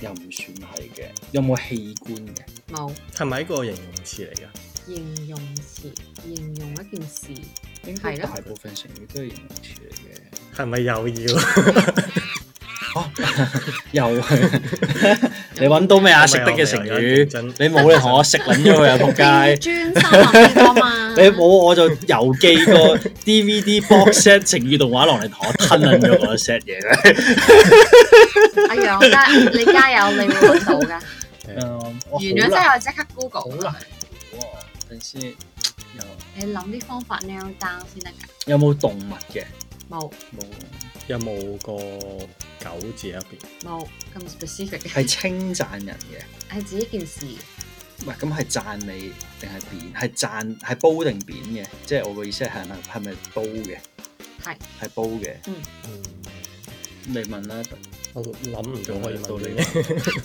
S2: 又唔算係嘅，有冇器官嘅？
S3: 冇
S1: 係咪一個形容詞嚟㗎？
S3: 形容詞，形容一件事，
S2: 應該
S3: 係
S2: 大
S3: 咯
S2: 部分成語都係形容詞嚟嘅。
S1: 係咪又要？
S2: 哦，又係 你揾到未啊？食得嘅成語，你冇你同我食撚咗佢啊！仆
S3: 要
S2: 街！。
S3: 專心諗呢個嘛
S2: 你冇我就郵寄 個 DVD box set 成語動畫廊嚟同我吞撚咗嗰 set 嘢嘅。
S3: 阿楊加你加油，你會揾到噶。
S2: 嗯我好
S3: 完咗之
S2: 難
S3: 後即刻
S2: 好
S3: Google
S2: 難
S3: 啦。
S2: 估喎等先，有
S3: 你諗啲方法 narrow down 先得㗎。
S2: 有冇動物嘅？
S3: 冇
S2: 冇，
S1: 有冇個狗字喺入邊？
S3: 冇咁 specific 嘅，
S2: 係稱讚人嘅。
S3: 係指一件事。
S2: 唔係咁係讚你定係扁？係讚係煲定扁嘅？即係我個意思係係咪係咪煲嘅？
S3: 係
S2: 係煲嘅。
S1: 嗯，
S2: 你問啦，
S1: 我諗唔到可以問
S2: 到
S1: 到
S2: 你
S1: 你。
S2: 問。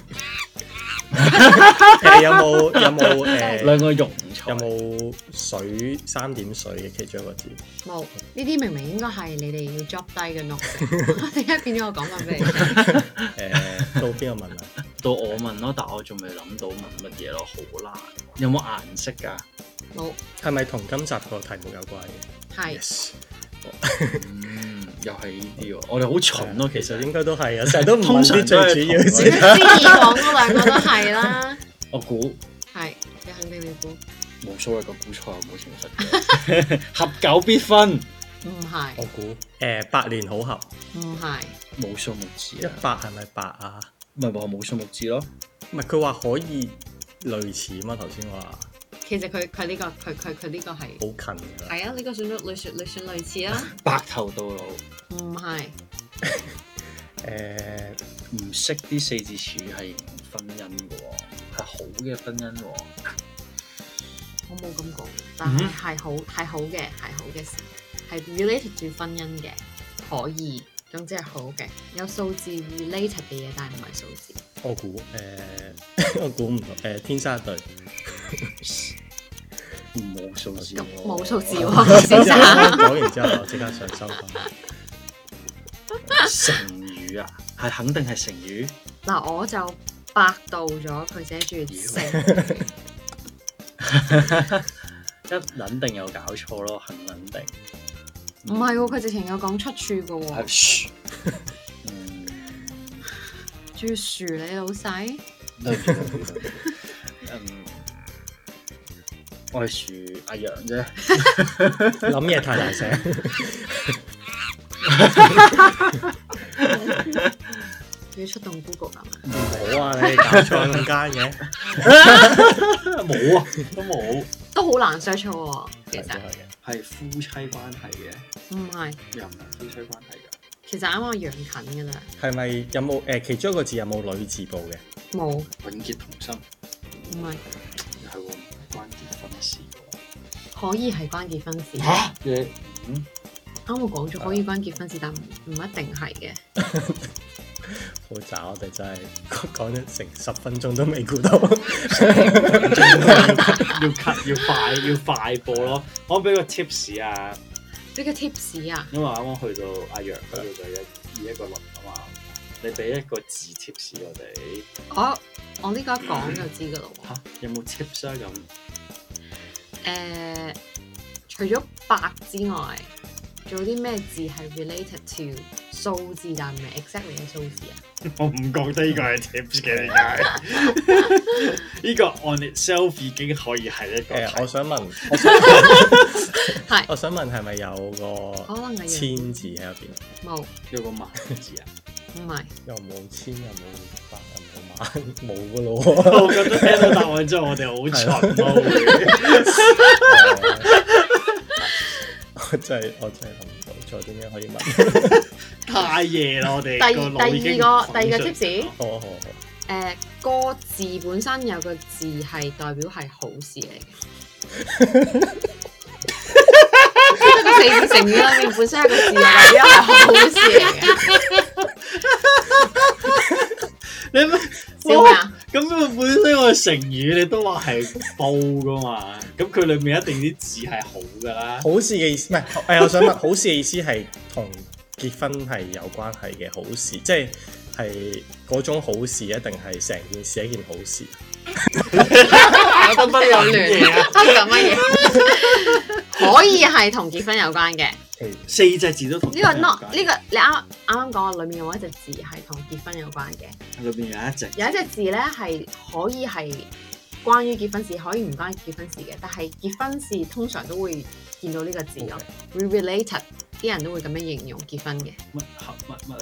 S1: 誒有冇有 冇誒
S2: 兩個庸才
S1: 有冇水三點水嘅其中一個字？
S3: 冇，呢啲明明應該係你哋要 drop 低嘅 note，點解變咗我講緊俾你聽？
S1: 誒到 邊個問啊？
S2: 到我問咯，但我仲未諗到問乜嘢咯，好難。有冇顏色 㗎？
S3: 冇，
S1: 係咪同今集個題目有關嘅
S3: 係
S1: ？Yes，
S2: 嗯，又係呢啲喎。我哋好蠢咯，其
S1: 其實
S2: 實
S1: 應該都係啊，成日都唔問
S2: 通常
S1: 啲
S2: 都係
S1: 最主要
S2: 同
S3: 你
S1: 先
S3: 知。以往嗰兩個都係啦，
S2: 我估
S3: 係你肯定你估
S2: 冇所謂個估錯冇誠實 嘅，合久必分，
S3: 唔係
S1: 我估誒百年好合，
S3: 唔係
S2: 冇數目字
S1: 一
S2: 啊，
S1: 百係咪百啊？
S2: 咪話冇數目字咯。
S1: 唔係佢話可以類似嘛？頭先話
S3: 其實佢佢呢個佢佢佢呢個係
S1: 好近㗎啦。
S3: 係啊，呢個算咗類算類算類似啊，
S2: 白頭到老，
S3: 唔係
S1: 誒
S2: 唔識啲四字詞係婚姻嘅喎，係好嘅婚姻 喎。
S3: 我冇咁講，但
S2: 嗯
S3: 係係好係好嘅係好嘅事，係 related 住婚姻嘅，可以總之係好嘅，有數字 related 嘅嘢，但係唔係數字。
S1: 我估誒 我估唔到誒天生一對。
S2: 冇數字
S3: 咁
S2: 喎，
S3: 冇數字 喎，先生。
S1: 講完之後，我即刻想收 翻。
S2: 成語啊，係肯定係成語。
S3: 嗱，我就百度咗佢寫住成，
S2: 一撚定有搞錯咯，肯撚定。
S3: 唔係喎，佢直情有講出處嘅
S2: 係
S3: 喎，
S2: 噓嗯，
S3: 仲要樹你老細，
S2: 對唔住對唔住對唔住嗯，我係樹阿楊啫，
S1: 諗嘢太大聲，
S3: 仲要出動 Google 啊嘛，
S1: 唔好啊！你搞錯咁奸嘅，
S2: 冇啊，都冇，
S3: 都好難 search 喎，其
S1: 係都
S3: 實
S1: 係嘅。
S2: 係啊夫妻關係嘅，
S3: 唔係，
S2: 又唔係夫妻關係嘅，
S3: 其實啱啱我楊近嘅啦，
S1: 係咪有冇誒其中一個字有冇女字部嘅？
S3: 冇，唔
S2: 永結同心，
S3: 係，
S2: 又係喎，關結婚事喎。
S3: 可以係關結婚事，啱
S2: 嚇你嗯
S3: 我講咗可以關結婚事，但唔唔一定係嘅，
S1: 好渣！我哋真係講講咗成十分鐘都未估 到。
S2: 要 cut 要快要快播咯，可唔可以俾個 tips 啊？
S3: 呢個 tips 啊，
S2: 因為啱啱去到阿楊嗰度就一二一個六啊嘛，你俾一個字 tips 我哋
S1: 嗯
S3: 我哦我呢個一講就知嘅咯喎
S2: 嚇、。有冇 tips 啊咁？
S3: 誒、
S1: 嗯
S3: 除咗白之外，仲有啲咩字係 related to 數字，但唔係 exactly 嘅數字啊？
S2: 我唔覺得呢個係 tips 嘅，點解？呢個 on itself 已經可以係一個
S1: 誒，我
S2: 題
S1: 想 問，我想
S3: 係，
S1: 我想問係咪有
S3: 可
S1: 個
S3: 能係
S1: 哦千字喺入邊？
S3: 冇，
S2: 有個萬字啊！
S3: 唔係
S1: 又冇千，又冇百，又冇萬，冇噶咯
S2: 我覺得聽到答案之後，我哋好蠢咯。會
S1: 喎。我真係我真係諗唔到，仲有啲咩可以問？
S2: 太夜啦，我哋
S3: 第
S2: 個腦已經
S3: 第二個
S2: 唔
S3: 第二個
S2: 順
S3: tips
S1: 好啊好啊好啊。
S3: 誒、個呃字本身有個字係代表係好事嚟嘅。即係個四字成語裏面本身有個字係代表係好事嚟嘅，
S2: 你咪
S3: 笑咩啊？
S2: 咁佢本身個成語你都話係報噶嘛，咁佢裏面一定啲字係好噶啦。
S1: 好事嘅意思，唔係誒，我想問，好事嘅意思係同結婚係有關係嘅好事，即係係嗰種好事，一定係成件事一件好事。
S2: 搞得不
S3: 有
S2: 撚
S3: 亂
S2: 嘢啊！
S3: 啊！咁乜嘢？ 可以係同結婚有關嘅。
S1: 其
S2: 四隻字都同
S3: 呢個 not 呢個你啱啱啱講嘅裏面有一隻字係同結婚有關嘅，
S2: 個裏面有一隻
S3: 有一隻字咧係可以係關於結婚事，可以唔關結婚事嘅，但係結婚事通常都會見到呢個字咯
S1: OK
S3: ，re related 啲人都會咁樣形容結婚嘅，
S2: 乜合乜乜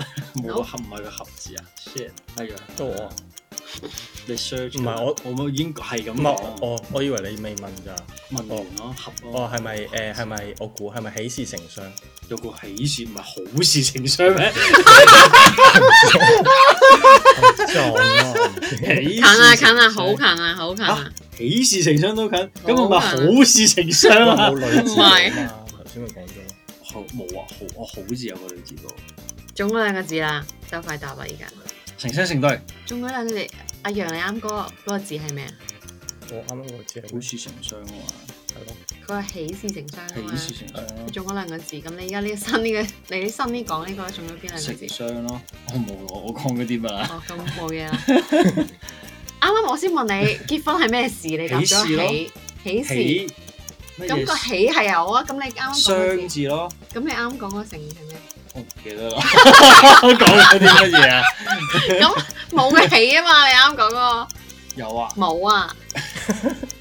S2: 冇個合唔係個合字啊！shit 係啊，
S1: 到我啊
S2: 你 search
S1: 唔係我
S2: 我冇已經係咁
S1: 唔係
S2: 講
S1: 我，我以為你未問咋，
S2: 問完咯合
S1: 我
S2: 咯，
S1: 係咪誒係咪我估係咪喜事成 雙？
S2: 有個喜事唔係好事情商 咩？
S1: 撞啊！我唔 知
S2: 近
S3: 近啊近啊好近啊好近啊，
S2: 喜事情商都近，咁唔係
S3: 好啊
S2: 好事情商
S1: 因為
S2: 啊
S1: 冇？類
S3: 唔係
S1: 似啊嘛，頭先咪講咗。
S2: 好冇啊，好我好字有個女字噃，
S3: 中嗰兩個字啦，就快答啦而家，
S2: 成雙成對。
S3: 中嗰兩個字阿楊，你啱嗰個嗰個字係咩啊？
S1: 我啱啱我知係
S2: 好事成雙啊嘛，
S1: 係咯，
S3: 佢話喜事成雙啊嘛
S2: 喜，事成雙
S3: 佢
S2: 咯，
S3: 中咗兩個字。咁你而家呢個新呢個，你新呢講呢個中咗邊兩個字
S2: 成？雙咯。我冇我我講嗰啲嘛，
S3: 哦，咁冇嘢啦。啱啱我先問你結婚係咩事，你答咗
S2: 喜事咯
S3: 喜喜事。
S2: 喜乜
S3: 咁個
S2: 嘢
S3: 喜係有啊，咁你啱啱講嗰
S2: 雙
S3: 字，
S2: 字咯，
S3: 咁你啱啱講嗰個成語係咩？
S2: 我唔記得啦。講嗰啲乜嘢啊？
S3: 咁冇嘅喜啊嘛，你啱啱講嗰
S2: 有啊，
S3: 個冇啊，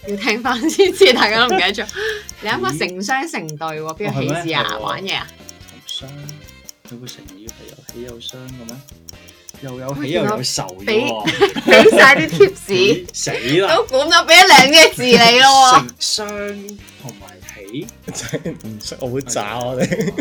S3: 要聽翻先知，大家都唔記得 咗。你啱啱講成雙成對喎，邊
S2: 哦係
S3: 個
S2: 咩
S3: 喜事啊？
S2: 係喎
S3: 玩嘢啊？
S2: 成雙有個成語係有喜有雙嘅咩？又有
S3: 喂
S2: 喜又
S3: 原來
S2: 有愁嘅
S3: 俾
S2: 喎，
S3: 俾晒啲 tips，
S4: 咦死啦！
S3: 都估唔到俾兩隻字你咯
S2: 成雙同埋喜。
S1: 真係唔識，我會渣我哋。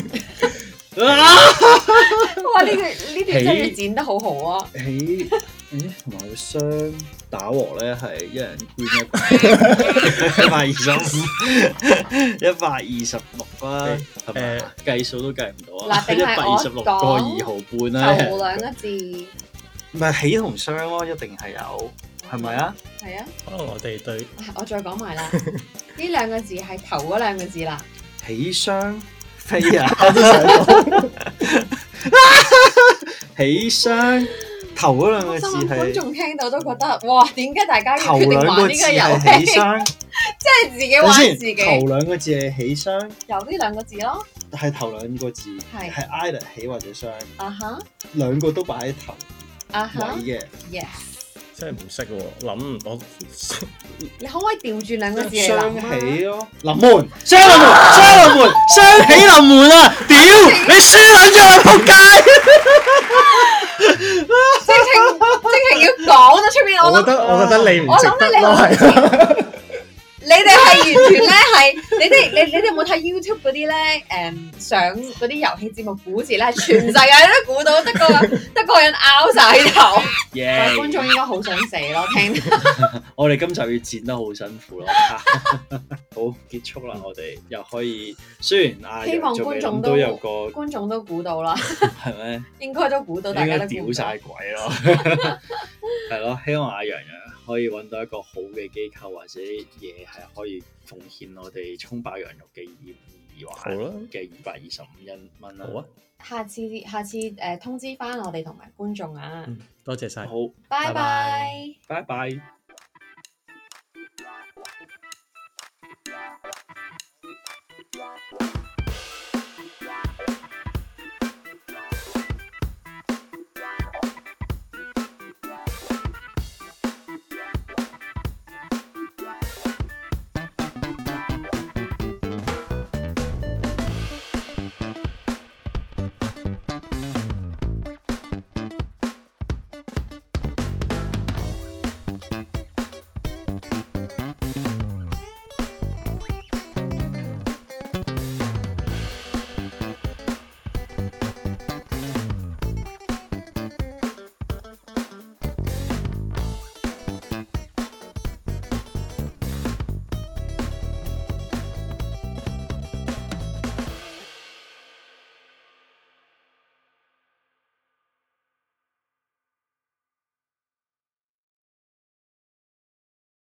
S4: 啊
S3: 喎！哇，呢個呢段真係要剪得好好 啊！
S2: 起，誒同埋個雙打和咧係一人捐一百一百二十五，一百二十六啦，係咪啊？計數都計 唔到啊！
S3: 嗱
S2: 一
S3: 定
S2: 百
S3: 係
S2: 二
S3: 我
S2: 十六個二毫半
S3: 就
S2: 啦，
S3: 兩個字，
S2: 唔係起同雙咯，一定係有，係咪？啊？
S3: 係啊，
S1: 可能我哋對
S3: 啊我再講 埋啦，呢兩個字係頭嗰兩個字啦。
S2: 起雙飛啊！我都想起雙頭嗰兩個
S3: 我
S2: 字
S3: 心諗觀
S2: 係
S3: 眾聽到都覺得，哇！點解大家要
S2: 頭
S3: 決定
S2: 兩
S3: 玩呢個
S2: 個
S3: 遊
S2: 字係
S3: 戲
S2: 起？雙，
S3: 即係自己
S2: 等
S3: 玩
S2: 先
S3: 自己，，
S2: 頭兩個字係起雙。
S3: 有呢兩個字咯。
S2: 係頭兩個字，
S3: 係
S2: 係 either 起或者雙，
S3: 啊哈，
S2: 兩個都擺喺頭
S3: 啊
S2: 位
S3: 哈
S2: 嘅。
S3: ，yes！
S1: 真係唔識喎，諗唔我
S3: 你可唔可以調轉兩個字嚟
S2: 雙
S3: 諗啊
S2: 起咯，臨門，雙臨門，雙臨門，雙起臨門啊！屌，你輸撚咗啦，仆 街！
S3: 即係即係要講得出面，我
S1: 我覺
S3: 覺
S1: 得
S3: 得
S1: 我覺得你唔
S3: 我
S1: 值
S3: 諗
S1: 得
S3: 咧，你
S1: 咯，係啊
S3: 好你哋係完全咧係， 你哋你你哋有冇睇 YouTube 嗰啲咧？誒，上嗰啲遊戲節目估字 咧，全世界都估到，得個得個人拗晒頭。
S2: 耶！
S3: 觀眾應該好想死咯，聽到。
S2: 我哋今集要剪得好辛苦咯。 好，結束啦，我哋又可以，雖然阿
S3: 希望
S2: 楊仲未
S3: 觀眾
S2: 諗
S3: 都
S2: 到有個
S3: 觀眾都估到啦，
S2: 係咪？
S3: 應該都估到，
S2: 應
S3: 大家
S2: 該
S3: 都
S2: 屌
S3: 估到。
S2: 晒鬼咯，係咯，希望阿洋洋可以揾到一個好嘅機構或者嘢係可以奉獻我哋沖爆羊肉嘅二
S1: 好
S2: 二環
S1: 啦，
S2: 嘅二百二十五一蚊啦。
S1: 好啊，
S3: 下次下次誒、呃通知翻我哋同埋觀眾啊，
S1: 嗯多謝晒。
S2: 好，
S3: 拜
S1: 拜拜
S3: 拜。
S2: 嗯拜拜。